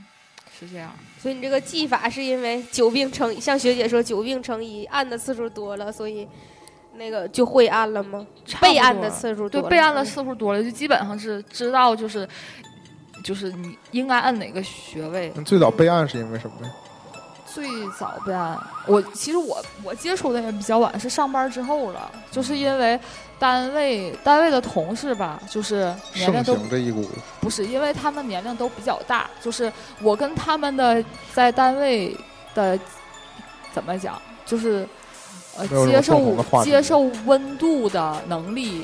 E: 是这样。
C: 所以你这个技法是因为久病成医，像学姐说久病成医，按的次数多了，所以那个就会按了吗？
E: 差不
C: 备按
E: 多
C: 的次数多
E: 对
C: 了，嗯
E: 备案的
C: 是吗
E: 次数多了，就基本上是知道就是就是你应该按哪个穴位。
B: 那最早备案是因为什么呀？
E: 最早备案，我其实我我接触的也比较晚，是上班之后了，就是因为单位单位的同事吧，就是年
B: 盛
E: 龄都
B: 行这一股，
E: 不是，因为他们年龄都比较大，就是我跟他们的在单位的怎么讲，就是呃
B: 没有什么
E: 接
B: 共同的话
E: 受
B: 题
E: 接受温度的能力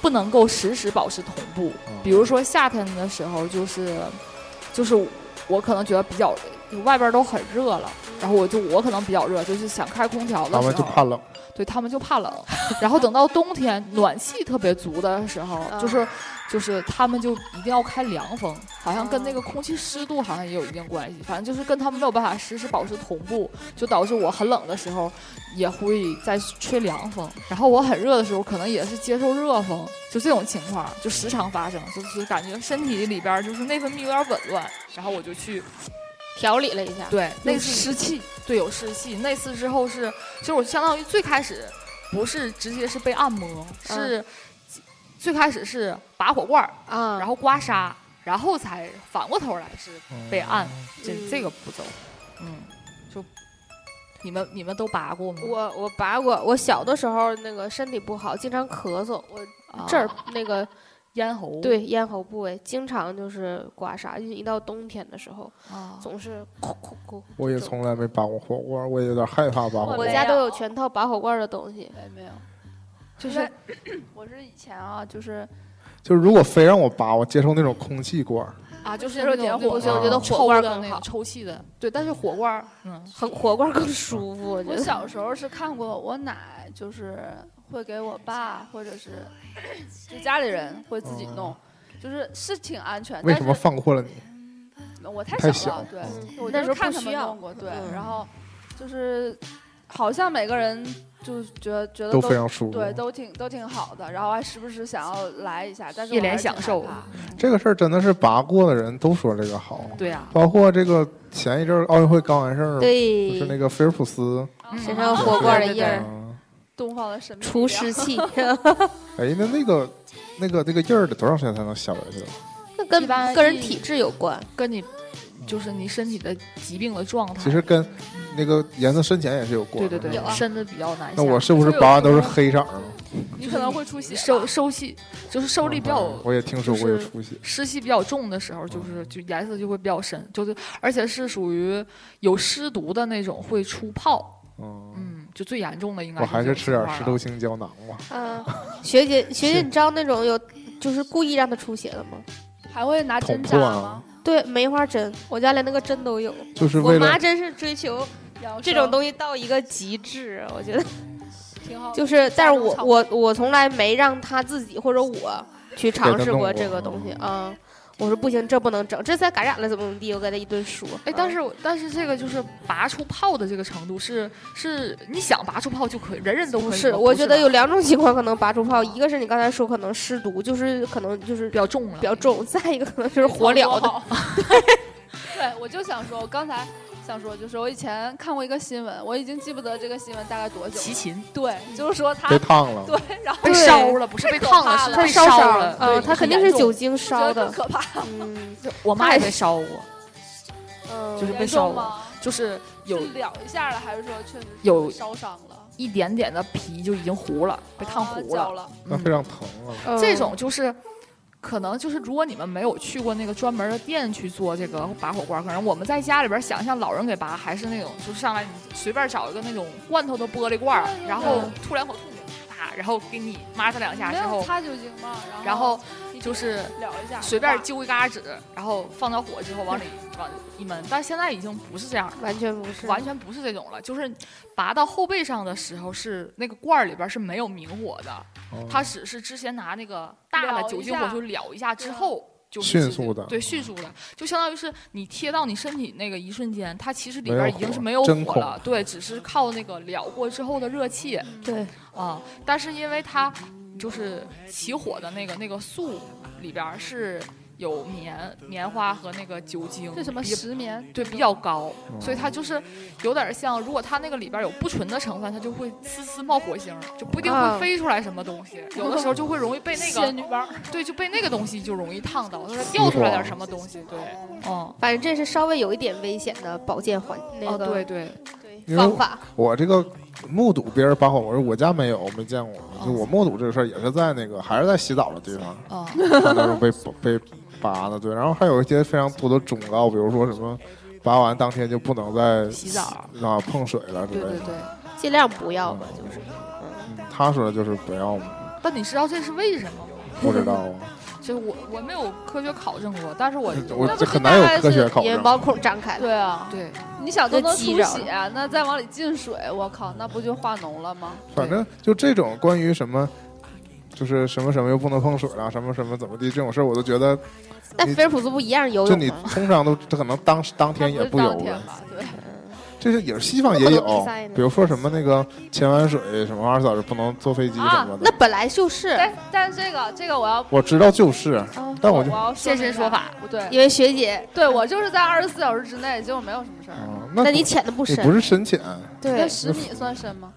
E: 不能够时时保持同步。
B: 嗯
E: 比如说夏天的时候，就是就是我可能觉得比较外边都很热了，然后我就我可能比较热，就是想开空调的时
B: 他
E: 候，
B: 们就怕冷，
E: 对他们就怕冷，然后等到冬天暖气特别足的时候，
C: 嗯
E: 就是就是他们就一定要开凉风，好像跟那
C: 哦
E: 个空气湿度好像也有一定关系，反正就是跟他们没有办法实时保持同步，就导致我很冷的时候也会在吹凉风，然后我很热的时候可能也是接受热风，就这种情况就时常发生，就是感觉身体里边儿就是内分泌有点紊乱，然后我就去
C: 调理了一下，
E: 对，那
C: 有
E: 次
C: 湿
E: 气，对，有湿气。那次之后是，就是我相当于最开始不是直接是被按摩，
C: 嗯
E: 是最开始是拔火罐儿，
C: 啊，
E: 然后刮痧，然后才反过头来是
B: 嗯
E: 被按这
C: 嗯
E: 这个步骤。嗯，就你们你们都拔过吗？
C: 我我拔过，我小的时候那个身体不好，经常咳嗽，我
E: 啊
C: 这儿那个
E: 咽喉
C: 对咽喉部位经常就是刮痧，因为一到冬天的时候
E: 啊，
C: 总是哭哭哭。
B: 我也从来没拔过火罐，我也有点害怕拔火
C: 我
B: 罐。
C: 家都有全套拔火罐的东西，
D: 哎， <laughs> 没有，
E: 就
D: 就是我是以 <coughs> 前啊，就是
B: 就是如果非让我拔，我接受那种空气罐，
E: 啊，就是
D: 接
E: 那
D: 受
E: 种
D: 点
E: 那
D: 火
E: 种
B: 我觉得
C: 火
E: 抽
C: 罐
E: 的
C: 更
E: 那种
C: 好
E: 抽气的，对，但是火罐儿，嗯，
C: 很火罐更舒服。我觉
D: 我
C: 得
D: 小时候是看过我奶，就是会给我爸或者是就家里人会自己弄，就是是挺安全。
B: 为什么
D: 但是
B: 放过了你？
D: 我太
B: 太
D: 小了
B: 小？
D: 对，
C: 嗯
D: 我
C: 那时
D: 就
C: 候
D: 是看
C: 不
D: 他
C: 需
D: 们
C: 要
D: 弄过，对，
C: 嗯
D: 然后就是好像每个人就觉得觉得
B: 都非常舒服。
D: 对，都挺都挺好的，然后还时不时想要来一下，但是
E: 一
D: 我
E: 脸
D: 还是
E: 享
D: 挺害
E: 受
D: 怕
C: 嗯
B: 这个事儿真的是拔过的人都说这个好，
E: 对啊呀、
B: 包括这个前一阵儿奥运会刚完事儿，就
C: 对
B: 是那个菲尔普斯，
D: 啊
E: 身
C: 身上有火罐的印儿，
B: 嗯
D: 东方的神秘
C: 除
D: 力量
C: <laughs> 湿气，
B: 哎，那那个那个那个印儿得多长时间才能消下去？啊
C: 那跟
E: 一般
C: 个人
E: 一
C: 体质有关。
E: 跟你就是你身体的疾病的状态，
B: 其实跟那个颜色深浅也是有关
E: 对
B: 的。
E: 对对，
C: 有啊
E: 身子比较难
B: 那
E: 下
B: 我是不是拔完都是黑色儿？
E: <laughs>
D: 你可能会出血吧，
B: 啊
E: 收收气，就是收力比较
B: 嗯我也听说过有出血。
E: 湿气比较重的时候，
B: 嗯
E: 就是就颜色就会比较深，就是而且是属于有湿毒的那种会出泡，
B: 嗯，
E: 嗯，就最严重的应该
B: 我还是
E: 是
B: 吃点
E: 湿
B: 石头青胶囊吧。
C: 嗯，学姐学姐，
B: 是
C: 你知道那种有就是故意让它出血的吗？
D: 还会拿针
B: 捅
D: 扎
B: 破啊
D: 吗？
C: 对，梅花针，我家连那个针都有。
B: 就是
C: 我
B: 为了
C: 妈真是追求
E: 哦
D: 养
C: 这种
D: 生
C: 东西到一个极致，我觉得
D: 挺好的，
E: <laughs>
C: 就是，但是我
D: 家常
C: 我我从来没让她自己或者我去尝试过这个
E: 嗯
C: 东西
B: 给她
C: 啊、我说不行，这不能整，这才感染了怎么怎么地，我给她一顿说。嗯
E: 哎，但是我但是这个就是拔出泡的这个程度是是你想拔出泡就可以，人人都
C: 不
E: 会
C: 是，
E: 吗
C: 我
E: 不
C: 觉得
E: 吧
C: 有两种情况可能拔出泡，一个是你刚才说可能湿毒，就是可能就是
E: 比较重了，
C: 比较重，再一个可能就是火燎
E: <laughs>
C: 的。
D: 的。 <laughs> 对，我就想说，我刚才想说，就是我以前看过一个新闻，我已经记不得这个新闻大概多久
E: 齐
D: 了。
E: 秦
D: 对，就是说他
B: 被烫了，
D: <laughs> 对，然后
E: 被
C: 对
E: 烧了，不是被烫了，
D: 怕
E: 是
D: 了
E: 被
C: 烧了
E: 烧了，，
C: 嗯，
E: 对
C: 它肯定
E: 很
C: 是
E: 严重
C: 酒精
D: 我觉
C: 烧
D: 得更
C: 的，
D: 可怕，
C: 嗯
E: 我妈也被烧过，
C: 嗯，
E: 就是被
D: 严
E: 烧
D: 重
E: 了，
D: 吗？
E: 就是有
D: 是燎一下了，还是说确实是
E: 有
D: 烧伤了，
E: 一点点的皮就已经糊了，被烫
D: 啊
E: 糊
D: 焦
E: 了。
D: 了？
B: 那非常疼啊。
C: 嗯
E: 这种就是，可能就是如果你们没有去过那个专门的店去做这个拔火罐儿，可能我们在家里边儿想象老人给拔，
D: 嗯
E: 还是那种就是上来你随便找一个那种罐头的玻璃罐儿，然后吐两口吐沫，啪然后给你抹擦两下
D: 没
E: 之
D: 有
E: 后，
D: 擦酒精嘛，然后
E: 然后
D: 一点
E: 就是
D: 燎一下，
E: 随便
D: 就
E: 揪一嘎纸，然后放到火之后往里往一闷。但是现在已经不是这样了，
C: 完全不是，
E: 完全不是这种了，就是拔到后背上的时候是那个罐儿里边儿是没有明火的，
B: 哦
E: 它只是之前拿那个大的
D: 燎
E: 酒
D: 一
E: 精火
D: 下
E: 球燎一下之后。就是
B: 迅
E: 直接
B: 速的嗯
E: 对，迅速的，就相当于是你贴到你身体那个一瞬间，它其实里
B: 没
E: 边儿
B: 有
E: 已经
B: 火
E: 是没有
B: 真
E: 火
B: 空
E: 了，对，只是靠那个燎过之后的热气啊、
C: 对，
E: 但是因为它就是起火的那个那个素里边儿是有棉棉花和那个酒精，
D: 这什么
E: 也
D: 石棉，
E: 对，比较高，
B: 嗯
E: 所以它就是有点像，如果它那个里边有不纯的成分，它就会呲呲冒火星儿，就不一定
C: 啊
E: 会飞出来什么东西。有的时候就会容易被那
D: 仙
E: 个，
D: 女棒，
E: 对，就被那个东西就容易烫到，它掉出来点什么东西，对，嗯，
C: 反正这是稍微有一点危险的保健环那
E: 哦，
C: 个、
E: 对对，
B: 因为
C: 方法，
B: 我这个目睹别人拔火，我说我家没有，我没见过。
E: 哦
B: 就我目睹这个事儿，也是在那个还是在洗澡的地方，
E: <laughs> 嗯，
B: 看到时候被
E: <laughs>
B: 被拔的。对，然后还有一些非常多的忠告，比如说什么拔完当天就不能再
E: 洗澡，
B: 啊碰水了之
E: 对
B: 类
E: 对
B: 的。
E: 对。
C: 尽量不要吧，就是
B: 嗯他说的就是不要嘛，
E: 但你知道这是为什么吗？
B: 不知道啊，
E: 就是我我没有科学考证过，但是我
B: 我
D: 那不
B: 这
D: 是
B: 很难有
D: 大概
B: 科学
D: 是
B: 考
C: 因为
B: 证。
C: 毛孔张开了。
D: 对啊，
E: <laughs> 对
D: 你想都
C: 就
D: 能
C: 积
D: 出
C: 着
D: 血，那再往里进水，我靠，那不就化脓了吗？
B: 反正就这种关于什么，就是什么什么又不能碰水了，什么什么怎么地这种事儿，我都觉得，
C: 那
B: 你
C: 菲尔普斯不一样游
B: 就
C: 泳
B: 你
C: 吗？
B: 通常都可能当当天也
D: 那
B: 不
D: 不是
B: 游
D: 当天
B: 了。
D: 吧？对，
B: 这些也是西方也
C: 不能比
B: 有
C: 赛呢，
B: 比如说什么那个潜完水什么二十四小时不能坐飞机什么的。
C: 那本来 <laughs> 就是，
D: 但但这个这个我要
B: 我知道就是，但我就
D: 我要
E: 现身说法，
D: 不对，
C: 因为学姐，
D: 对我就是在二十四小时之内，结果没有什么事儿。
B: 啊，
C: 那
B: 那
C: 你潜的不
B: 你
C: 深，
B: 不是深潜，
D: 那
C: 对，
D: 十米算深吗？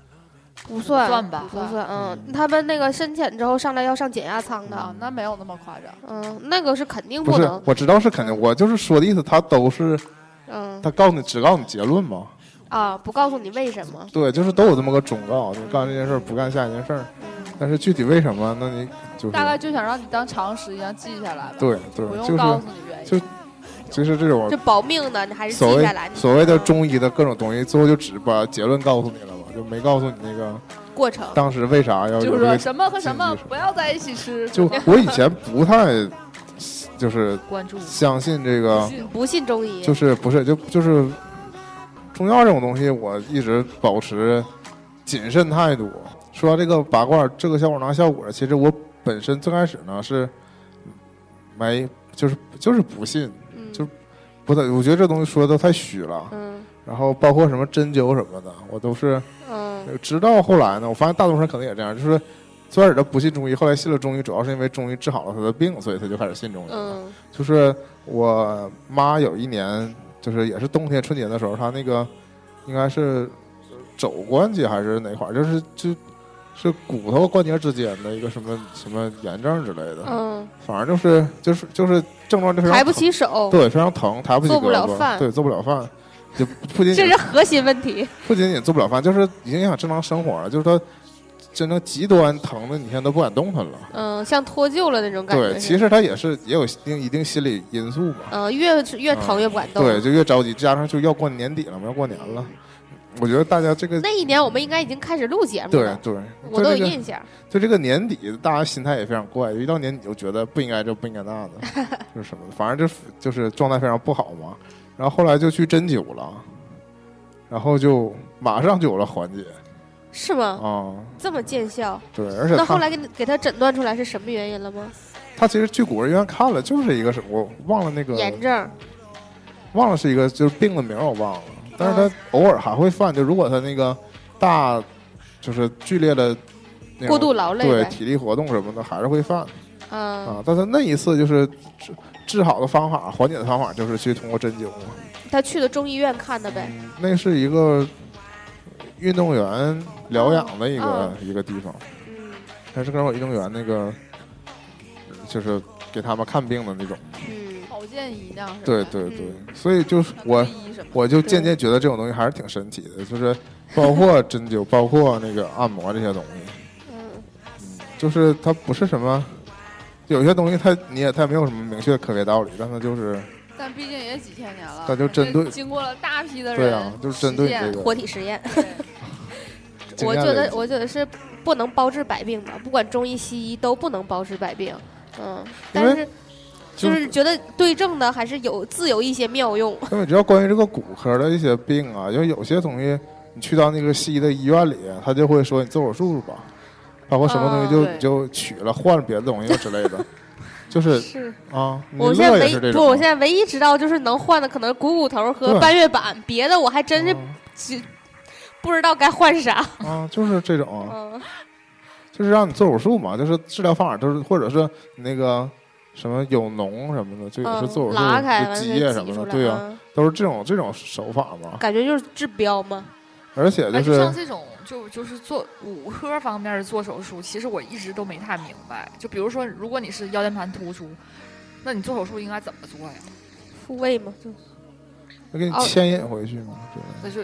C: 不算
E: 不算吧
C: 不算，嗯，他们那个深潜之后上来要上减压舱的，
D: 啊，那没有那么夸张。
C: 嗯，那个是肯定
B: 不
C: 不
B: 是
C: 能，
B: 我知道是肯定，我就是说的意思，他都是
C: 嗯
B: 他告诉你只告诉你结论嘛，
C: 啊，不告诉你为什么，
B: 对，就是都有这么个忠告，你干这件事儿不干下一件事儿，但是具体为什么，那你就是
D: 大概就想让你当常识一样记下来吧，
B: 对对
D: 不，
B: 就
D: 用告
B: 是
D: 诉你原因。
B: 就就是这种
C: 这保命的你还是
B: 所
C: 记
B: 谓
C: 下来，你
B: 所谓的中医的各种东西，最后就只把结论告诉你了嘛，就没告诉你那个
C: 过程，
B: 当时为啥要有
D: 就是
B: 这个
D: 说什么和什么
B: 禁忌是
D: 不要在一起吃，
B: 就我以前不太，就是
E: 关注
B: 相信这个，
C: 不信中医
B: 就，是不是就就是中药这种东西，我一直保持谨慎态度。说到这个拔罐儿，这个小火囊效果，其实我本身最开始呢是没，就是就是不信，
C: 嗯
B: 就不太，我觉得这东西说的太虚了。
C: 嗯
B: 然后包括什么针灸什么的，我都是
C: 嗯
B: 直到后来呢，我发现大多数人可能也这样，就是最开始他不信中医，后来信了中医，主要是因为中医治好了他的病，所以他就开始信中医了。
C: 嗯
B: 就是我妈有一年，就是也是冬天春节的时候，她那个应该是肘关节还是哪块儿，就是就是骨头关节之间的一个什么什么炎症之类的，
C: 嗯，
B: 反正就是就是就是症状就非常
C: 抬不
B: 疼
C: 起手，
B: 对，非常疼，抬不起
C: 做不
B: 胳
C: 了
B: 膊
C: 饭
B: 对，做不了饭，就不仅
C: <laughs> 这
B: 仅
C: 是核心问题，
B: 不仅仅做不了饭，就是已经影响正常生活了。就是说，真正极端疼的，你现在都不敢动弹了。
C: 嗯，像脱臼了那种感觉似的，
B: 对，其实他也是也有一定一定心理因素嘛。
C: 嗯，越越疼越不敢动，
B: 对，就越着急，加上就要过年底了嘛，要过年了。我觉得大家这个
C: 那一年我们应该已经开始录节目
B: 对
C: 了，
B: 对，
C: 我
B: 对
C: 都有
B: 这个
C: 印象。
B: 对这个年底，大家心态也非常怪，一到年底就觉得不应该这不应该那的，
C: <laughs>
B: 就是什么的，反正就就是状态非常不好嘛。然后后来就去针灸了，然后就马上就有了缓解
C: 是吗？
B: 啊、
C: 这么见效？
B: <laughs> 对，而且
C: 嗯
B: 他。
C: 那后来给你给他诊断出来是什么原因了吗？
B: 他其实去古人医院看了，就是一个什么，我忘 <laughs> 了那个，
C: 炎症。
B: 忘了是一个就是病的名儿我忘了，但是他
C: 哦
B: 偶尔还会犯，就如果他那个大就是剧烈的那种
C: 过度劳累
B: 对
C: 呗
B: 体力活动什么的还是会犯
C: 嗯，
B: 啊。但是那一次就是治治好的方法，缓解的方法就是去通过针灸嘛。
C: 他去的中医院看的呗。
B: 那是一个运动员疗养的一个、
C: 哦
B: 一个地方，
C: 嗯
B: 他是跟我运动员那个嗯就是给他们看病的那种。
C: 嗯，
D: 保健医那样是吧？
B: 对对对，所以就是我。
D: 医什么的？
B: 我就渐渐觉得这种东西还是挺神奇的，就是包括针灸，包括那个按摩这些东西，
C: 嗯
B: 就是它不是什么，有些东西它你也它也没有什么明确的科学道理，但它就是
D: 但毕竟也几千年了，
B: 它就针
C: 啊
B: 对，啊
D: 经过了大批的人，
B: 对啊，就是针对你这
D: 个。
B: 个
C: 活体实验。
D: 对
B: 经
C: 我
B: 验
C: 觉
B: 累
C: 得
B: 积
C: 我觉得是不能包治百病吧，不管中医西医都不能包治百病。嗯，
B: 因
C: 但
B: 为
C: 是就是觉得对症的还是有自有一些妙用。
B: 那你知道关于这个骨科的一些病啊，因为有些东西你去到那个西医的医院里，他就会说你做手术吧，包括什么东西就、
C: 哦
D: 啊对
B: 就取了换了别的东西之类的， <laughs> 就是
C: <laughs> 是
B: 啊，你
C: 我现在
B: 乐也
C: 唯
B: 是这
C: 一
B: 种
C: 不，
B: 啊。
C: 我现在唯一知道就是能换的可能股骨头和
B: 对
C: 半月板，别的我还真是
B: 啊
C: 只不知道该换啥。
B: 啊，就是这种啊，
C: 嗯，
B: 就是让你做手术嘛，就是治疗方法都是，或者是你那个什么有脓什么的，就也是
C: 嗯
B: 做手术
C: 拉开
B: 就
C: 完
B: 积液什么
C: 出
B: 的，
C: 来，
B: 对啊，
C: 嗯
B: 都是这种这种手法嘛。
C: 感觉就是治标嘛。
B: 而且
E: 哎
B: 就
F: 而且
B: 是
F: 像这种就就是做骨科方面做手术，其实我一直都没太明白。就比如说，如果你是腰间盘突出，那你做手术应该怎么做呀？
C: 复位嘛，就
B: 他给你
C: 哦
B: 牵引回去嘛，这
F: 那就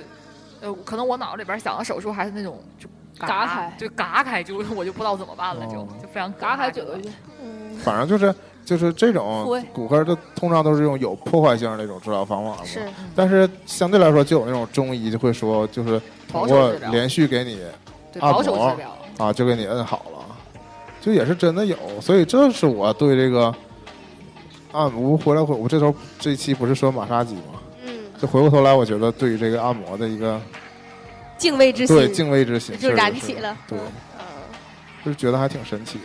F: 呃，可能我脑子里边想的手术还是那种就
D: 嘎开
F: 就嘎开就 <laughs> 我就不知道怎么办了，就
B: 哦
F: 就非常
D: 嘎开
F: 就
D: 嘴巴去。
C: 嗯
B: 反正就是就是这
D: 复位
B: 种骨科，它通常都是用有破坏性的那种治疗方法嘛。
C: 是。
B: 但是相对来说，就有那种中医就会说，就是
F: 保
B: 通过
F: 守治疗
B: 连续给你
F: 对
B: 按
F: 保守
B: 摩
F: 治疗。
B: 啊，就给你摁好了，就也是真的有。所以这是我对这个按摩回来回我这头这期不是说马杀鸡吗？
C: 嗯，
B: 就回过头来，我觉得对于这个按摩的一个
C: 敬畏之心
B: 对敬畏之心
C: 就燃起了。
B: 是的是的对
C: 嗯，嗯
B: 就是觉得还挺神奇的。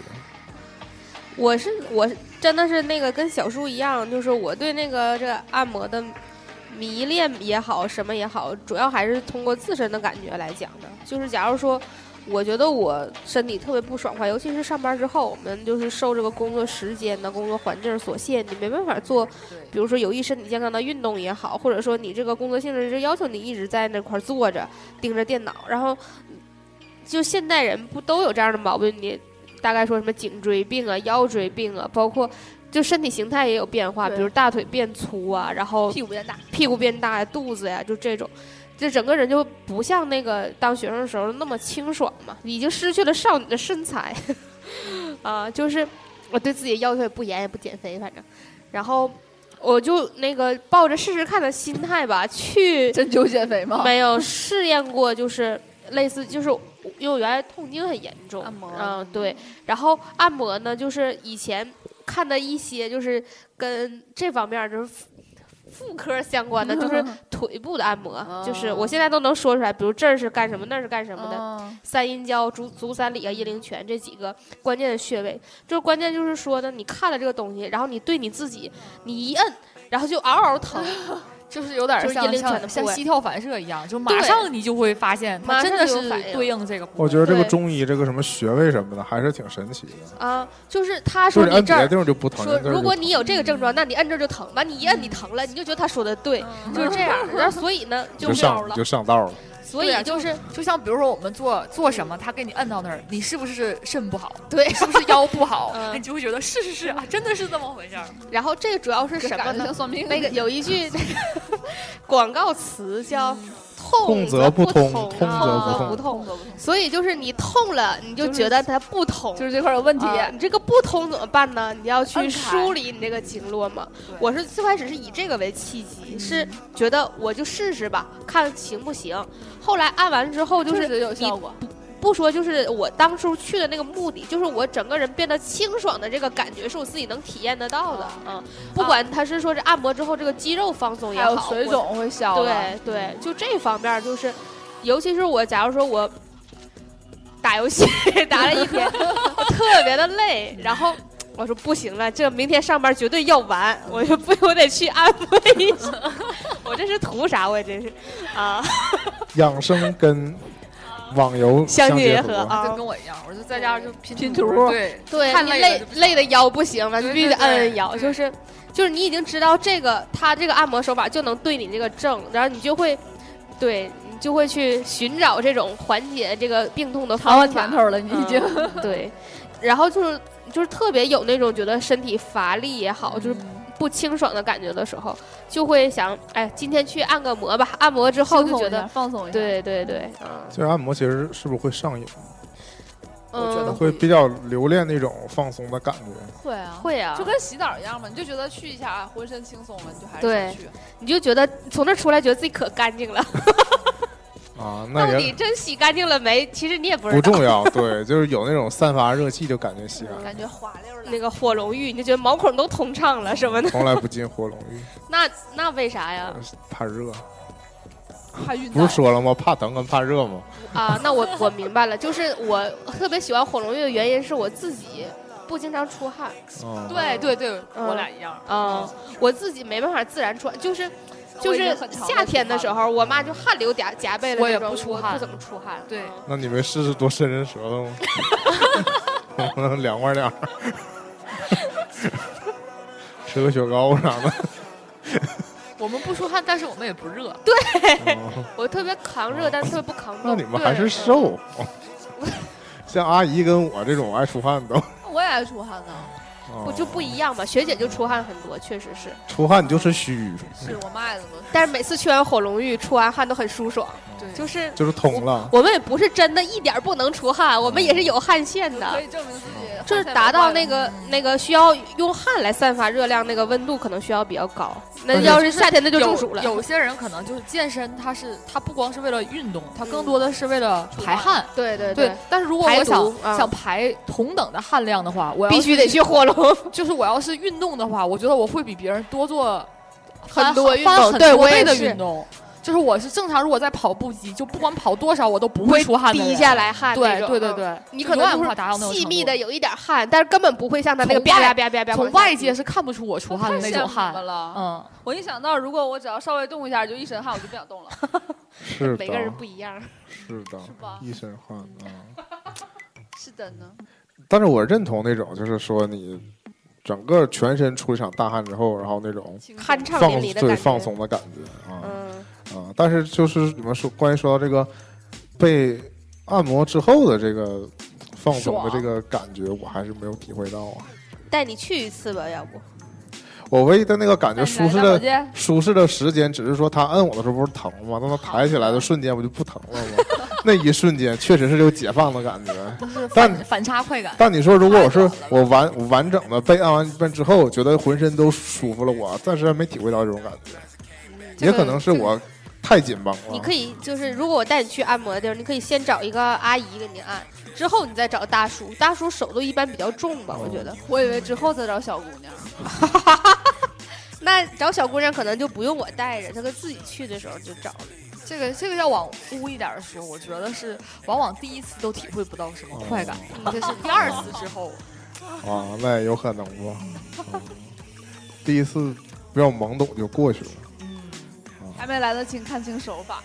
C: 我是我是真的是那个跟小树一样，就是我对那个这个按摩的迷恋也好，什么也好，主要还是通过自身的感觉来讲的。就是假如说，我觉得我身体特别不爽快，尤其是上班之后，我们就是受这个工作时间的工作环境所限，你没办法做，比如说有益身体健康的运动也好，或者说你这个工作性质就要求你一直在那块儿坐着盯着电脑，然后就现代人不都有这样的毛病？你大概说什么颈椎病啊、腰椎病啊，包括就身体形态也有变化，
D: 对
C: 比如大腿变粗啊，然后
D: 屁股变大，
C: 屁股变大呀、肚子呀，就这种，这整个人就不像那个当学生的时候那么清爽嘛，已经失去了少女的身材， <laughs> 啊，就是我对自己要求也不严，也不减肥，反正，然后我就那个抱着试试看的心态吧，去
D: 针灸减肥吗？
C: 没有试验过，就是类似，就是因为我原来痛经很严重，
D: 按摩
C: 嗯，对，然后按摩呢，就是以前看的一些，就是跟这方面儿就是妇妇科相关的，
D: <laughs>
C: 就是腿部的按摩，
D: 哦
C: 就是我现在都能说出来，比如这儿是干什么，那儿是干什么的，
D: 嗯
C: 三阴交、足足三里啊、阴陵泉这几个关键的穴位。就是关键就是说呢，你看了这个东西，然后你对你自己，你一摁，然后就嗷嗷疼，
D: 哦
F: 就是有点
C: 就是
F: 像
C: 阴陵泉的
F: 像像
C: 部位
F: 膝跳反射一样，就马
C: 对
F: 上你就会发现，
C: 马
F: 它真
C: 上
F: 的
C: 就有
F: 是
C: 反应
F: 对应这个部位。
B: 我觉得这个
C: 对
B: 中医这个什么穴位什么的，还是挺神奇的。
C: 啊，就是他
B: 就
C: 说
B: 是按
C: 你这
B: 别
C: 儿
B: 的地方就不疼，
C: 说
B: 按这儿
C: 如
B: 就
C: 果
B: 疼
C: 你有这个症状，那你摁这儿就疼，完你一摁你疼了，你就觉得他说的对，就是这样。然后所以呢
B: 你
C: 就
B: 就
C: 妙
B: 上你
C: 了，
B: 就上道了。
C: 所
F: 对啊
C: 以就是
F: 就像比如说我们做做什么，他给你摁到那儿，你是不是肾不好？
C: 对
F: 你是不是腰不好？
C: 嗯
F: 你就会觉得是是是啊，真的是这么回事儿。
C: 然后这个主要是
D: 这
C: 什么
D: 感觉
C: 呢
D: 像？算命的
C: 那个有一句 <laughs> 广告词叫“痛
B: 痛则
C: 不
B: 不通
C: 痛
B: 痛
D: 则不
C: 则不
D: 痛
C: 痛”，所以就是你痛了，你就
D: 就是
C: 觉得它不通，
D: 就是这块有问题。
C: 啊你这个不通怎么办呢？你要去
D: 摁开
C: 梳理你这个经络嘛。我是最开始是以这个为契机，
D: 嗯
C: 是觉得我就试试吧，看行不行。后来按完之后，就
D: 确
C: 是
D: 实有效果，
C: 不说，就是我当初去的那个目的，就是我整个人变得清爽的这个感觉，是我自己能体验得到
D: 啊
C: 的。嗯，不管他是说是按摩之后这个肌肉放松也
D: 还
C: 好，
D: 有水
C: 或者
D: 肿会消了。
C: 对对，就这方面儿就是，尤其是我，假如说我打游戏打了一天，我特别的累，然后我说不行了，这明天上班绝对要完，我就不，我得去安慰一下。 <laughs> 我这是图啥？我真是啊，
B: 养生跟网游
C: 相
B: 结
C: 结合
F: 就
C: 啊
F: 跟。我一样，我就在家就拼
D: 拼
F: 图
D: 图
F: 儿，对，
C: 对，
F: 太
C: 你
F: 累了
C: 累
F: 就不行
C: 累的腰不行了，你
F: 对
C: 必须得
F: 对对
C: 按按腰，
F: 对
C: 就是就是你已经知道这个他这个按摩手法就能对你这个症，然后你就会对你就会去寻找这种缓解这个病痛的
D: 尝
C: 方
D: 到
C: 法。
D: 甜头了，你已经。 <laughs>
C: 嗯对，然后就是就是特别有那种觉得身体乏力也好，
F: 嗯
C: 就是不清爽的感觉的时候，就会想，哎，今天去按个摩吧。按摩之后就觉得，
D: 放松一下，
C: 对对对，嗯，
B: 就是按摩其实是不是会上瘾，
F: 我觉得
C: 嗯
B: 会比较留恋那种放松的感觉。
D: 会啊，
C: 会啊
D: 就，跟洗澡一样嘛，你就觉得去一下啊浑身轻松了，你就还是
C: 对
D: 想去。
C: 你就觉得从那出来觉得自己可干净了，
B: 啊，啊，那
C: 到
B: 也
C: 底真洗干净了没？其实你也
B: 不
C: 不知道。
B: 重要，对，就是有那种散发热气就感觉洗
C: <laughs>
B: 干净，
G: 感觉滑溜了。
C: 那个火龙浴，你就觉得毛孔都通畅了什么的，
B: 从来不进火龙浴，
C: 那那为啥呀？
B: 怕热。
D: 怕晕
B: 不是说了吗？怕疼跟怕热吗？
C: 啊，那我我明白了，就是我特别喜欢火龙浴的原因是我自己不经常出汗，
B: 嗯，
E: 对对对，
C: 嗯
E: 我俩一样。
C: 啊，我自己没办法自然出汗，就是就是夏天的时候，我妈就汗流浃浃背的
E: 我也
C: 那种
E: 不出
C: 我
E: 汗
C: 不怎么出汗。
E: 对
C: 嗯
B: 那你们试试多伸伸舌头吗？ <laughs> 能不能凉快点儿？吃个雪糕啥
C: <laughs>
B: 的。
E: 我们不出汗，但是我们也不热。
B: 嗯
C: 我特别扛热，但是特别不扛
B: 哦那
C: 冻。
B: 你们还是
C: 对
B: 瘦。 <laughs> 像阿姨跟我这种爱出汗都，
D: 我也爱出汗呢，
C: 不就不一样嘛？学姐就出汗很多，确实是，
B: 出汗就是虚，
D: 是我妈也这么
C: 但是每次去完火龙浴，出完汗都很舒爽，
E: 对
C: 就是。
B: 就是通
C: <laughs>
B: 了。
C: 我们也不是真的一点儿不能出汗，我们也是有汗腺的，
D: 可以证明自
B: 嗯
D: 己，
C: 就是达到那个那个需要用汗来散发热量那个温度，可能需要比较高。那
B: 但是
C: 要是夏天那就中
E: 有
C: 暑了。
E: 有些人可能就是健身，他是他不光是为了运动，他更多的是为了
C: 嗯
E: 排汗。
C: 对对
E: 对，，但是如果
C: 排
E: 我
C: 毒
E: 想、
C: 啊
E: 想排同等的汗量的话，我要
C: 必
E: 是
C: 须得去火龙，
E: 就是我要是运动的话，我觉得我会比别人多做
C: 很多运动
E: 翻很
C: 对
E: 多
C: 我也
E: 倍的
C: 是
E: 运动。就是我是正常，如果在跑步机，就不管跑多少，我都不会出汗的
C: 滴
E: 人
C: 下。来汗那
E: 对
C: 种。
E: 对对
C: 嗯，
E: 对，
C: 你
E: 就
C: 可
E: 永
C: 能
E: 远
C: 就
E: 无法达到那种
C: 是细
E: 程
C: 密
E: 度
C: 的，有一点汗，但是根本不会像他那个
E: 从
C: 啪啦
E: 外
C: 啪啦啪啦啪啦。
E: 从外界是看不出我出汗的
D: 太
E: 那
D: 羡
E: 种
D: 慕
E: 汗
D: 你。们了。
E: 嗯，
D: 我一想到如果我只要稍微动一下，就一身汗，我就不想
B: <laughs>
D: 动了，
B: 是
C: 每个人
B: 的，
C: 不一样。
B: 是的，
D: 是吧？
B: 一身汗啊。
D: 是的呢。
B: 但是我认同那种，就是说你整个全身出一场大汗之后，然后那种
C: 酣畅
B: 放
C: 淋漓的
B: 对
C: 感觉
B: 放松的感觉啊
C: 嗯，
B: 啊！但是就是你们说关于说到这个被按摩之后的这个放松的这个感觉，我还是没有体会到啊。
C: 带你去一次吧，要不？
B: 我唯一的那个感觉舒适的
D: 的，
B: 舒适的时间，只是说他摁我的时候不是疼吗？当他抬起来的瞬间，不就不疼了吗？ <laughs> 那一瞬间确实是有解放的感觉。
E: 就是
B: 但
E: 反反差快感。
B: 但你说，如果我是我完我完整的被按完一遍之后，觉得浑身都舒服了，我暂时还没体会到这种感觉，也可能是我太紧绷
C: 你
B: 了
C: 可。以就是，如果我带你去按摩的地儿，你可以先找一个阿姨给你按，之后你再找大叔，大叔手都一般比较重吧，我觉
B: 哦
C: 得。
D: 我以为之后再找小姑娘，
C: 那找小姑娘可能就不用我带着，她可自己去的时候就找了。
E: 这个这个要往污一点儿说，我觉得是往往第一次都体会不到什么快感，
B: 哦
E: 这
B: <laughs>
E: 是第
D: <laughs>
E: 二次之后。
B: 啊，那也有可能吧。嗯第一次比较懵懂就过去了，
D: 还没来得清看清手法。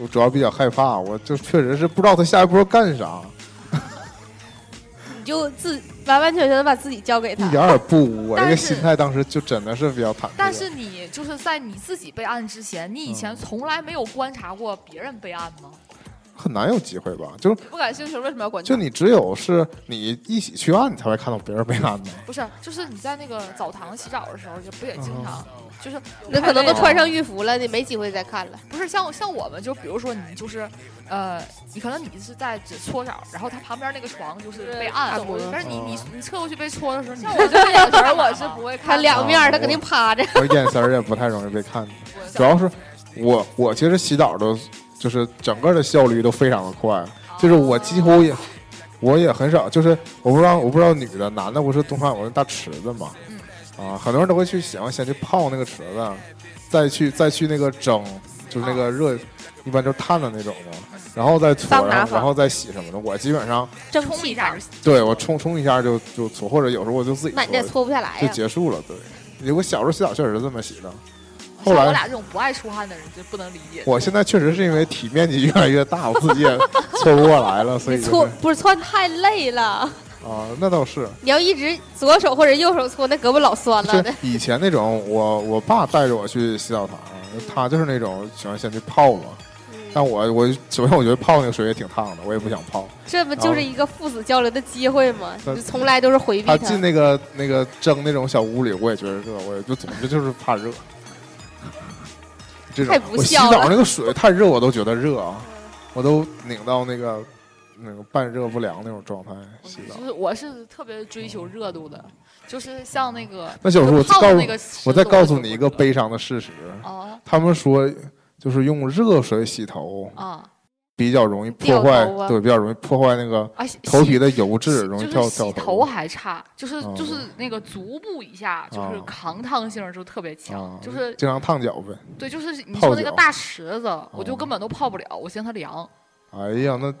B: 我主要比较害怕，我就确实是不知道他下一步要干啥，
C: 你就自完完全全的把自己交给
B: 一
C: 他。
B: 点儿也不污。我这
E: 但
B: 个
E: 是
B: 心态当时就真的是比较忐忑。
E: 但是你就是在你自己被按之前，你以前
B: 嗯
E: 从来没有观察过别人被按吗？
B: 很难有机会吧？就
D: 不感兴趣，为什么要管
B: 就你只有是你一起去按，你才会看到别人被按的。
E: 不是，就是你在那个澡堂洗澡的时候，就不也
B: 嗯
E: 经常，就是
C: 那可能都穿上浴服了，你没机会再看了。
E: 不是像像我们，就比如说你就是，呃，你可能你是在只搓澡，然后他旁边那个床就是被按
C: 按摩，
E: 但是你
B: 嗯
E: 你你侧过去被搓的时候，你
D: 像我这个眼神儿，我是不会
C: 他
D: 看的。
C: 两面儿，
B: 啊
C: 他肯定趴着。
B: 我眼神儿也不太容易被看见。主要是我我其实洗澡的，就是整个的效率都非常的快，就是我几乎也我也很少，就是我不知道我不知道女的男的不是东方有个大池子嘛，
C: 嗯
B: 啊，很多人都会去喜欢先去泡那个池子，再去再去那个蒸，就是那个热，一般就是炭的那种嘛，然后再搓，
C: 桑拿
B: 然后
C: 房
B: 然后再洗什么的。我基本上
C: 蒸
E: 冲
C: 汽
E: 一下
C: 房
E: 就，行。
B: 对我冲冲一下就就搓，或者有时候我就自己
C: 那你也
B: 搓
C: 搓不下来
B: 就
C: 呀。
B: 结束了。对，我小时候洗澡确实是这么洗的。后
E: 像
B: 来
E: 我俩这种不爱出汗的人就不能理解。
B: 我现在确实是因为体面积越来越大，我自己也搓不过
C: <laughs>
B: 来了，所
C: 你
B: 以就是
C: 搓不是搓太累了，
B: 啊，那倒是，
C: 你要一直左手或者右手搓，那胳膊老酸
B: 就
C: 了。
B: 是以前那种，我我爸带着我去洗澡堂，他就是那种喜欢先去泡嘛，
C: 嗯
B: 但我我首先我觉得泡那个水也挺烫的，我也不想泡。
C: 这不就是一个父子交流的机会吗？
B: 那
C: 你从来都是回避
B: 哦他
C: 他。
B: 进那个那个蒸那种小屋里，我也觉得热，我也就总之就是怕
C: <laughs>
B: 热。这种
C: 太不
B: 我洗
C: 孝
B: 澡
C: 了嗯
B: 那个水太热，我都觉得热啊，我都拧到那个那个半热不凉那种状态洗澡
E: 就。是我是特别追求热度的，就是像那个
B: 那小叔，我
E: 就泡
B: 告
E: 的
B: 诉
E: 那个
B: 我再告诉你一个悲伤的事实，
E: 啊，
B: 他们说，就就是用热水洗头
E: 啊
B: 比较容易破坏
C: 掉头，啊发
B: 对，比较容易破坏那个
E: 啊，洗
B: 头皮的油脂，容易
E: 就
B: 掉
E: 是
B: 掉
E: 洗
B: 头
E: 头
C: 啊
B: 发。
E: 还差，就是就
B: 哦
E: 是那个足部以下，就是
B: 啊
E: 扛烫性就特别
B: 啊
E: 强，就是
B: 经常烫脚呗。
E: 对，就是你
B: 泡
E: 说那个
B: 脚哦
E: 大池子，我就根本都泡不了，我嫌它凉。
B: 哎呀，那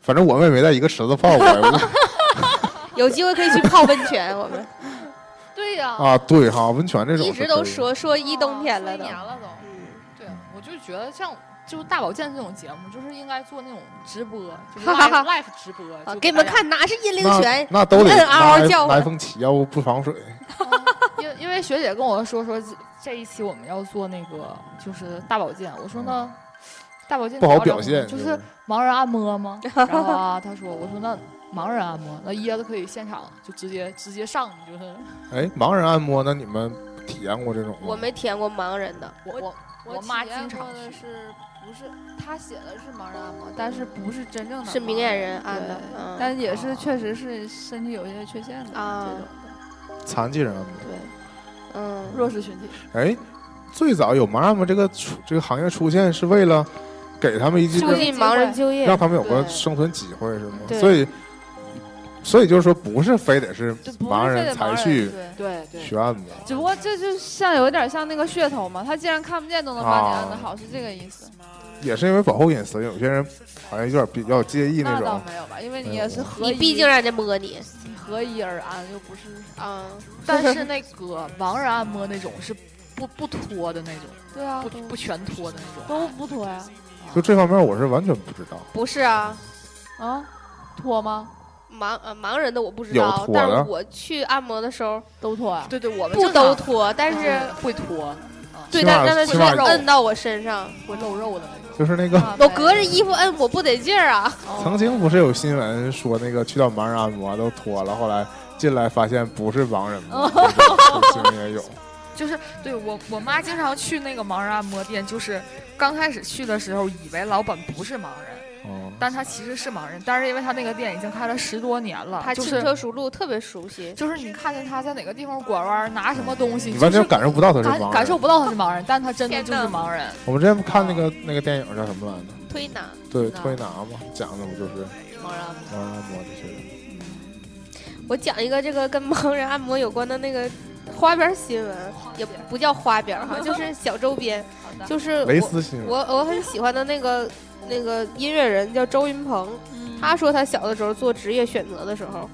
B: 反正我们也没在一个池子泡过呀
C: <laughs> 有机会可以去泡温
B: <laughs>
C: 泉，我们
E: 对呀、
B: 啊。对哈，温泉这种
C: 一
B: 是
C: 直
B: 可
C: 都
B: 以的
C: 说说一冬天了
E: 一
C: 都。
E: 年了都。
C: 嗯
E: 对，我就觉得像就是大保健这种节目，就是应该做那种直播，
C: <laughs>
E: 就是
C: live-
E: live live 直播，
C: 好，啊给你们。看，哪是阴陵泉
B: 那？那都得
C: 你摁嗯嗷嗷
B: 拿
C: 叫唤啊
B: 拿风起，要不不防水。
E: 因因为学姐跟我说说这一期我们要做那个就是大保健，我说那大保健
B: 嗯不好
E: 主要
B: 表
E: 是什么
B: 现，
E: 就是
B: 是
E: 盲人按摩吗？然后啊，他说，我说
B: <laughs>
E: 那盲人按摩，那椰子可以现场就直接直接上，就是
B: 哎，盲人按摩，那你们体验过这种吗？
C: 我没体验过盲人的，
E: 我我
D: 我
E: 我妈
D: 体验
E: 经常
D: 过
B: <laughs>
D: 的
E: 去
D: 是不是他写的是盲人按摩，但是不是真正的
C: 是明眼人
D: 盲
C: 按的
D: 对，
C: 嗯
D: 但也是确实是身体有一些缺陷的
C: 啊
D: 这种
B: 残疾人按摩。
D: 的，对
C: 嗯，
D: 弱势群体。
B: 哎，最早有盲人按摩这个出这个行业出现，是为了给他们一
C: 促
B: 个
C: 进盲人就业
B: 让，他们有个
C: 对
B: 生存机会，是吗？
C: 对
B: 所以，所以就是说，不是非得是
D: 就不是
B: 盲
D: 非
B: 人
D: 得
B: 才
D: 盲人
B: 去
D: 对
E: 对对
B: 学按摩。
D: 只不过这就像有点像那个噱头嘛，他既然看不见都能帮你按的好，是这个意
B: 啊
D: 思。
B: 也是因为保护隐私，有些人好像有点比较介意那
D: 那倒
B: 种。
D: 没有吧，因为
B: 没
D: 你
B: 有
D: 也是合
C: 你
D: 一，
C: 毕竟让人家摸你，
D: 合一而安，又不是
C: 啊，
E: 但是那个盲人按摩那种是不不脱的那种，
D: 对啊，
E: 不
D: 都
E: 不全脱的那种。
D: 都不脱呀
B: 就这方面，我是完全不知道。
C: 不是啊。
D: 啊，脱吗？
C: 盲呃盲人的我不知
B: 有
C: 道
B: 妥，
C: 但
B: 的
C: 是我去按摩的时候
D: 都脱啊？
E: 对对，我们
C: 不
E: 正常
C: 都脱，但是
E: 会脱，
C: 对，
B: 起
C: 但
B: 码
C: 但是
B: 起
C: 是
B: 码
C: 摁到我身上，
D: 嗯
E: 会露肉的那种。
B: 就是那个，
C: 我隔着衣服摁我不得劲儿啊，
B: 曾经不是有新闻说那个去到盲人按摩都脱了，后来进来发现不是盲人嘛，这种这种也有。
E: 就是对我我妈经常去那个盲人按摩店，就是刚开始去的时候以为老板不是盲人，
B: 嗯，
E: 但他其实是盲人，但是因为他那个店已经开了十多年了，
C: 他
E: 就
C: 轻
E: 是
C: 车熟路，特别熟悉。
E: 就是你看见他在哪个地方拐弯拿什么东西，
B: 你完全
E: 就是
B: 感受不到他是盲
E: 感
B: 人。
E: 感受不到他是盲人，但他真的
C: 天
E: 就
C: 哪
E: 是盲人。
B: 我们之前不看那
C: 哦
B: 个那个电影叫什么来着？
C: 推拿
B: 对，
E: 嗯
B: 推拿嘛，讲的不就是
C: 盲人按摩，
B: 盲人按摩这些人？
C: 我讲一个这个跟盲人按摩有关的那个花边新闻，也不叫花边儿哈，就是小周边，就是
B: 蕾
C: 我
B: 丝新闻
C: 我我很喜欢的那个那个音乐人叫周云鹏，
D: 嗯
C: 他说他小的时候做职业选择的时候，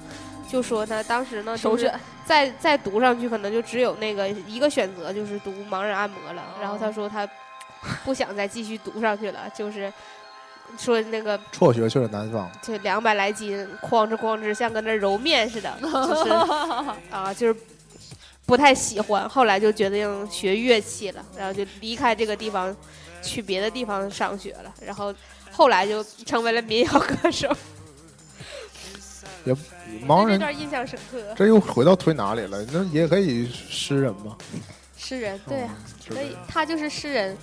C: 就说他当时呢
D: 首选，
C: 再再读上去可能就只有那个一个选择，就是读盲人按摩了。然后他说他不想再继续读上去了，就是说那个
B: 辍学去了南方，
C: 就两百来斤，哐哧哐哧像跟那揉面似的， <laughs> 就是啊，就是不太喜欢。后来就决定学乐器了，然后就离开这个地方，去别的地方上学了。然后后来就成为了民谣歌手，
B: 盲
C: 这
B: 人
C: 段印象深刻。
B: 这又回到推拿里了，那也可以诗人嘛？嗯
C: 诗人，对啊，
B: 是
C: 所
B: 的
C: 以他就是诗人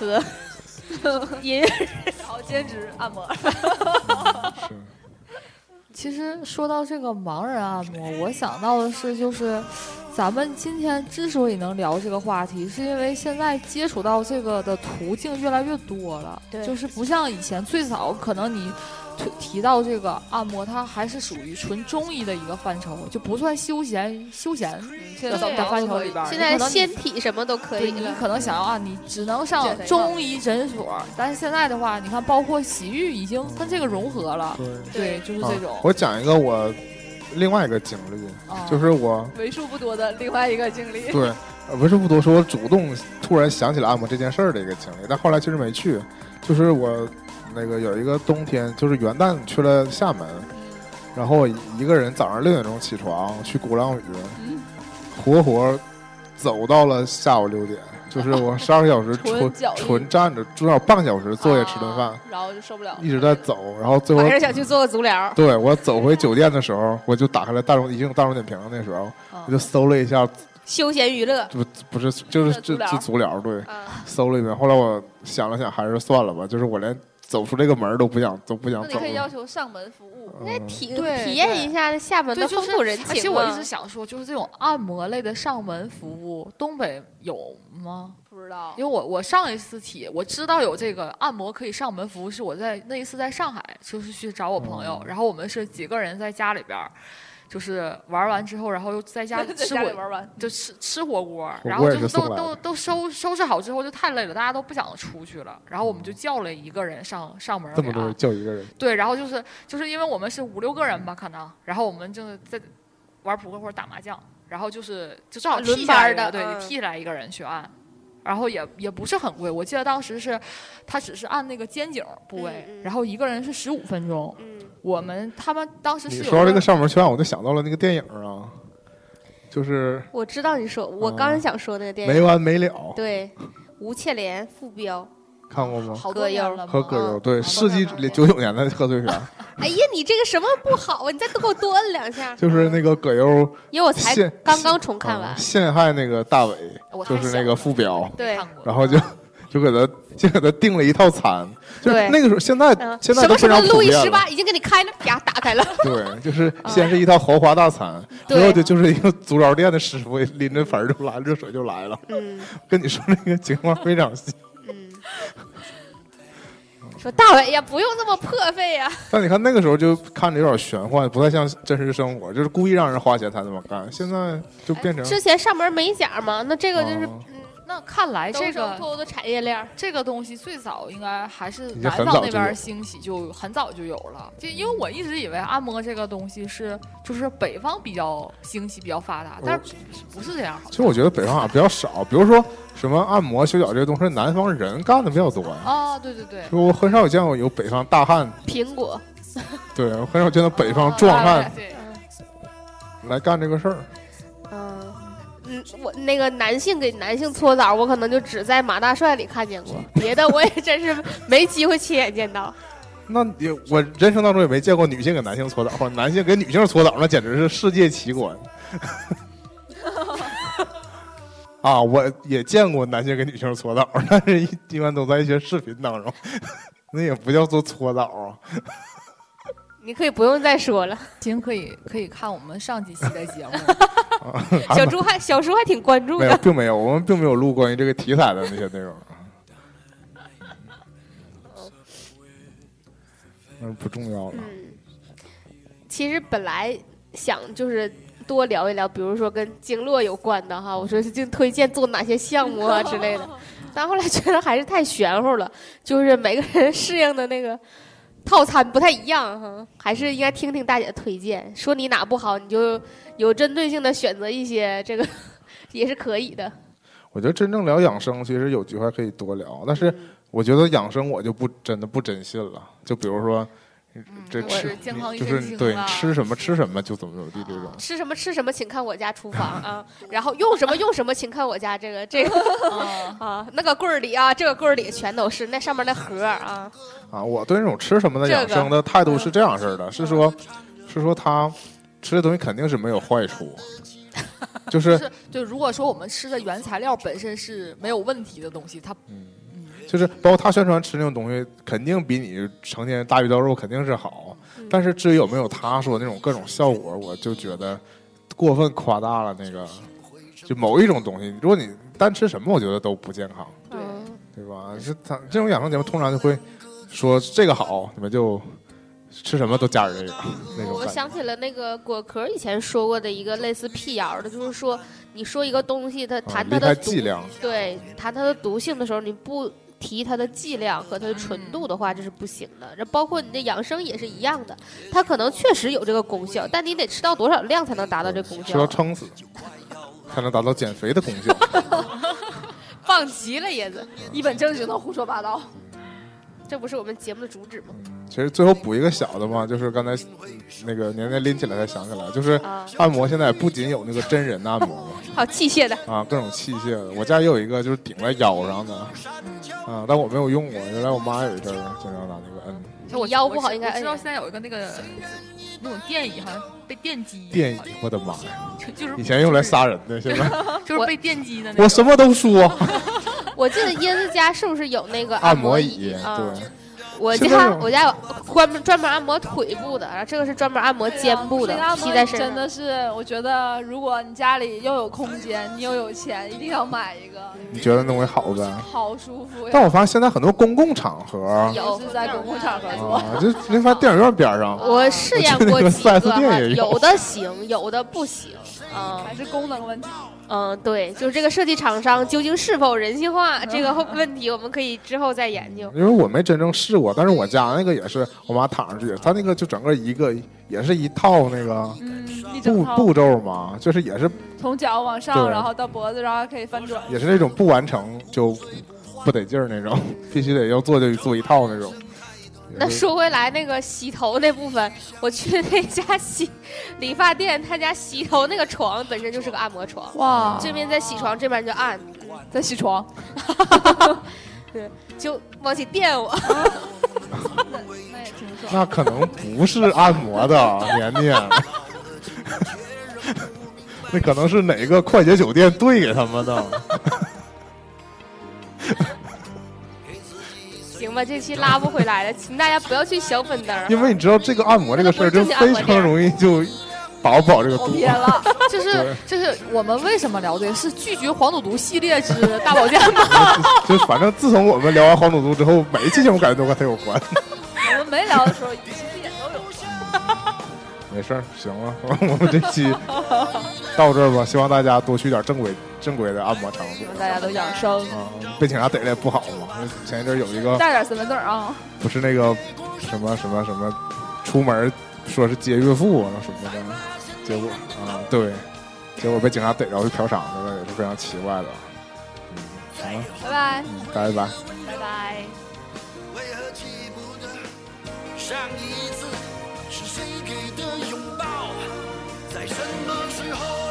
B: 嗯
C: <laughs> 和音乐
D: 好兼职按摩。
B: 嗯是
C: <laughs>
E: 其实说到这个盲人按摩，我想到的是，就是咱们今天之所以能聊这个话题，是因为现在接触到这个的途径越来越多了，
C: 对
E: 就是不像以前最早可能你提。提到这个按摩，它还是属于纯中医的一个范畴，就不算休闲休闲
D: 现
E: 的
D: 在
E: 的范畴里边儿。
C: 现
E: 你
C: 在
E: 可能你
C: 仙体什么都可
E: 对
C: 以
E: 你
C: 了。
E: 可能想要啊，你只能上
D: 减肥
E: 中医诊所，但是现在的话，你看包括洗浴已经跟这个融合了，
B: 对
E: 对，就是
B: 啊
E: 这种。
B: 我讲一个我另外一个经历，
C: 哦
E: 啊
B: 就是我
D: 为数不多的另外一个经
B: <laughs>
D: 历，
B: 对，呃不是不多说，我主动突然想起了按摩这件事儿的一个经历，但后来其实没去，就是我那个有一个冬天，就是元旦去了厦门，然后我一个人早上六点钟起床去鼓浪屿，
D: 嗯
B: 活活走到了下午六点，就是我十二个小时纯
D: <laughs> 纯脚印
B: 纯站着，至少半个小时坐下吃顿饭，
D: 然后就受不了，
B: 一直在走，然后最后
C: 晚上想去做个足疗，
B: 对我走回酒店的时候，我就打开了大众一进大众点评的那时候，
D: 嗯
B: 我就搜了一下，
C: 休闲娱乐
B: 不不是就是
D: 是足
B: 这
D: 疗
B: 这足疗对，
C: 啊，
B: 搜了一遍。后来我想了想，还是算了吧，就是我连走出这个门儿都不想都不想
H: 那你
B: 走
H: 可以要
B: 了。
H: 求上门服务。
B: 嗯
C: 体
E: 对
C: 体验一下厦门
E: 对，
C: 的
E: 就
C: 风
E: 是
C: 土人
E: 而且
C: 情
E: 我一直
C: 嘛。
E: 想说，就是这种按摩类的上门服务，东北有吗？
H: 不知道
D: <laughs>
E: 因为我我上一次体我知道有这个按摩可以上门服务，是我在那一次在上海，就是去找我朋
B: 哦
E: 友，然后我们是几个人在家里边儿，就是玩完之后，然后又在家
H: <laughs> 在
E: 吃
H: 家
E: 火
H: 里玩完，
E: 就吃吃火锅，
B: 锅
E: 然后
B: 也
E: 就是
B: 送
E: 都
B: 来
E: 都
B: 的嗯
E: 都收收拾好之后就太累了，大家都不想出去了，然后我们就叫了一个人上上门
B: 哦这
E: 给
B: 么多
E: 按
B: 人叫一个人，
E: 对，然后就是就是因为我们是五六个人吧，可能，然后我们就是在玩扑克或者打麻将，然后就是就正好
C: 轮
E: 替下
C: 班
E: 来一
C: 儿的
E: 个，
C: 嗯
E: 对，替来一个人去按，然后也也不是很贵，我记得当时是他只是按那个肩颈部位，
C: 嗯嗯
E: 然后一个人是十五分钟，
C: 嗯，
E: 我们他们当时是
B: 你
E: 有
B: 说到
E: 个
B: 这个上门去按，我就想到了那个电影啊，就是
C: 我知道你说，我刚才想说那个电
B: 哦没
C: 影，
B: 完没了，
C: 对，吴倩莲傅彪。
B: 看过吗？
E: 好
C: 葛
E: 多年
C: 优
E: 了
B: 和
E: 吗
B: 葛
E: 啊
B: 优对
E: 啊
B: 世纪
E: 多年了
B: 九九年的贺岁片，
C: 哎呀，你这个什么不好啊？你再多给我多摁两
B: <laughs>
C: 下。
B: 就是那个葛优
C: 因为我才
B: 陷
C: 刚刚重看
B: 啊
C: 完，
B: 陷害那个大伟，
E: 我太
B: 就是
E: 小
B: 那个
E: 了
B: 傅彪，
C: 对
E: 看过
B: 然后就就给他就给他订了一套餐，就是
C: 对
B: 那个时候现在
C: 嗯，
B: 现在
C: 什
B: 都
C: 么
B: 非
C: 什么
B: 常普
C: 路易
B: 遍
C: 十
B: 了，
C: 八已经给你开了，啪打开了。
B: <laughs> 对，就是先是一套豪华大餐，之后
C: 对
B: 就就是一个足疗店的师傅拎着盆儿就来，热水就来了，
C: 嗯
B: 跟你说那个情况非常像。
C: 嗯。 <laughs> 说大伟呀，不用这么破费呀。
B: 但你看那个时候就看着有点玄幻，不太像真实生活，就是故意让人花钱才这么干。现在就变成
C: 之前上门美甲嘛，那这个哎就是
B: 哦
E: 那看来
C: 这
E: 这个
C: 个脱欧的产业链儿。
E: 这个东西最早应该还是
B: 经
E: 南
B: 很早
E: 方那
B: 就
E: 边
B: 有
E: 儿兴起，就很早就有了。就因为我一直以为按摩这个东西是就是北方比较兴起、比较发达，但是不是这样好
B: 其实我觉得北方啊比较少，比如说什么按摩、修脚这些东西，南方人干的比较多呀。
E: 啊？对对对，
B: 就我很少有见过有北方大汉，
C: 苹果，
B: 对我很少见到北方
C: 哦
E: 啊
B: 壮汉
E: 哎对
B: 来干这个事儿。
C: 嗯嗯，我那个男性给男性搓澡，我可能就只在马大帅里看见过，别的我也真是没机会亲眼见到。
B: 那也我人生当中也没见过女性给男性搓澡，或者男性给女性搓澡，那简直是世界奇观。啊，我也见过男性给女性搓澡，但是一一般都在一些视频当中， <laughs> 那也不叫做搓澡啊。
C: 你可以不用再说了，
D: 行，可以可以看我们上几期的节 <laughs> 目，
C: 小猪还小猪还挺关注
B: 没有，
C: <laughs> 的。
B: 并没有，我们并没有录关于这个题材的那些内容。啊那不重要了。
C: 嗯，其实本来想就是多聊一聊，比如说跟经络有关的哈，我说就推荐做哪些项目啊之类的，但后来觉得还是太玄乎了，就是每个人适应的那个套餐不太一样哈，还是应该听听大姐推荐，说你哪不好，你就有针对性的选择一些，这个 <laughs> 也是可以的。
B: 我觉得真正聊养生，其实有机会可以多聊，但
E: 嗯
B: 是我觉得养生我就不真的不真信了。就比如说，这
E: 嗯我
B: 吃
E: 是健康一
B: 就是
E: 身
B: 你
E: 轻
B: 对你
E: 啦
B: 吃什么吃什么就怎么怎么地
E: 啊
B: 这种。
C: 吃什么吃什么，请看我家厨房啊！然后用什么用什么，请看我家这个这个 <laughs> 啊，那个柜儿里啊，这个柜儿里全都是那上面的盒儿啊。
B: 啊，我对那种吃什么的养生的态度是这样式儿
E: 嗯
B: 的，是说，是说他吃的东西肯定是没有坏处，就是
E: 是就如果说我们吃的原材料本身是没有问题的东西，它
B: 就是包括他宣传吃那种东西，肯定比你成天大鱼大肉肯定是好，
C: 嗯
B: 但是至于有没有他说那种各种效果，我就觉得过分夸大了那个，就某一种东西，如果你单吃什么，我觉得都不健康，
E: 对
C: 嗯
B: 对吧？这他这种养生节目通常就会说这个好，你们就吃什么都加点这个那种
C: 我
B: 感觉。
C: 想起了那个果壳以前说过的一个类似辟谣的，就是说你说一个东西，它
B: 啊，
C: 谈
B: 离
C: 它
B: 开
C: 的毒
B: 剂，量，
C: 对，谈它的毒性的时候，你不提它的剂量和它的纯度的话，这是不行的。这包括你的养生也是一样的，它可能确实有这个功效，但你得吃到多少量才能达到这功
B: 吃
C: 效
B: 到
C: 啊？
B: 撑死，才能达到减肥的功效。 <laughs>
C: 棒极了，椰子，
H: 一本正经的胡说八道。
C: 这不是我们节目的主旨吗？
B: 其实最后补一个小的嘛，就是刚才嗯那个年年拎起来才想起来，就是
C: 啊，
B: 按摩现在不仅有那个真人按摩嘛，
C: 好器械的，
B: 啊，各种器械的，我家也有一个就是顶在腰上的，啊，但我没有用过，原来我妈有一阵儿经常拿那个摁
E: 就哎我
C: 腰
E: 我
C: 不好
E: 知
C: 应该哎
E: 我
C: 摁
E: 知道
C: 一
E: 现在有一个那个那种电椅，好像被电击，
B: 电椅，我的妈呀，
E: 就就是
B: 以前用来杀人的，现在
E: 就是被电击的那
B: <laughs> 我
E: 种。
B: 什么都说，
C: 哎我记得椰子家是不是有那个
B: 按摩
C: 摩
B: 椅，
D: 嗯
C: 啊
B: 对，
C: 我
B: 现在
C: 家
B: 有
C: 我家有专门专门按摩腿部的，然后这个是专门按摩肩部的
D: 对呀，啊
C: 披在身
D: 真
C: 上。
D: 的是，我觉得如果你家里又有空间，你又有钱，一定要买一个，
B: 你觉得那会好呗？
D: 好舒服
B: 但
D: 呀！
B: 我发现现在很多公共场合啊，
C: 有
D: 是在公共场合做，
B: 就那发电影院边上，
C: 我试验过几
B: 我
C: 个
B: 去那个 4S 店
C: 哈，
B: 也有
C: 有的行，有的不行。嗯
D: 还是功能问题。
C: 嗯，对，就是这个设计厂商究竟是否人性化这个后问题，我们可以之后再研究。
B: 因为我没真正试过，但是我家那个也是，我妈躺上去，她那个就整个一个也是一套那个
D: 嗯，一整
B: 步
D: 套
B: 步骤嘛，就是也是
D: 从脚往上，
B: 对啊
D: 然后到脖子，然后还可以翻转。
B: 也是那种不完成就不得劲儿那种， <laughs> 必须得要做就做一套那种。
C: 那
B: 也是
C: 说回来，那个洗头那部分，我去那家洗理发店，他家洗头那个床本身就是个按摩床，
D: 哇，
C: 这边在洗床，这边就按，
D: 在洗床，
C: 就往起电我。 <laughs>
D: 那也挺爽。
B: 那可能不是按摩的， <laughs> 年年。那可能是哪个快捷酒店兑给他们的？
C: 行吧，这期拉不回来了，请大家不要去小粉灯儿。
B: 因为你知道这个按摩这个事儿，就非常容易就把不好这个度。
D: 偏了，
E: 这
B: 对
E: 是这是我们为什么聊这个？是拒绝黄赌毒系列之大保健吗？
B: <laughs> 就反正自从我们聊完黄赌毒之后，每一期节目感觉都跟他有关。
D: 我们没聊的时候，其实也都有。
B: 没事儿，行了， <laughs> 我们这期到这儿吧。希望大家多去点正规正规的按摩场所
D: 大家都养 <laughs> 生，
B: 啊，被警察逮了也不好嘛。前一阵儿有一个
D: 带点身份证啊。
B: 不是那个什么什么什么，出门说是接岳父啊什么的，结果啊对，结果被警察逮着去嫖娼去了，也是非常奇怪的。嗯，行了，
D: 拜拜，
B: 嗯，拜拜。
D: 拜拜。
I: 为何记不得上一次是谁给的拥抱，在什么时候？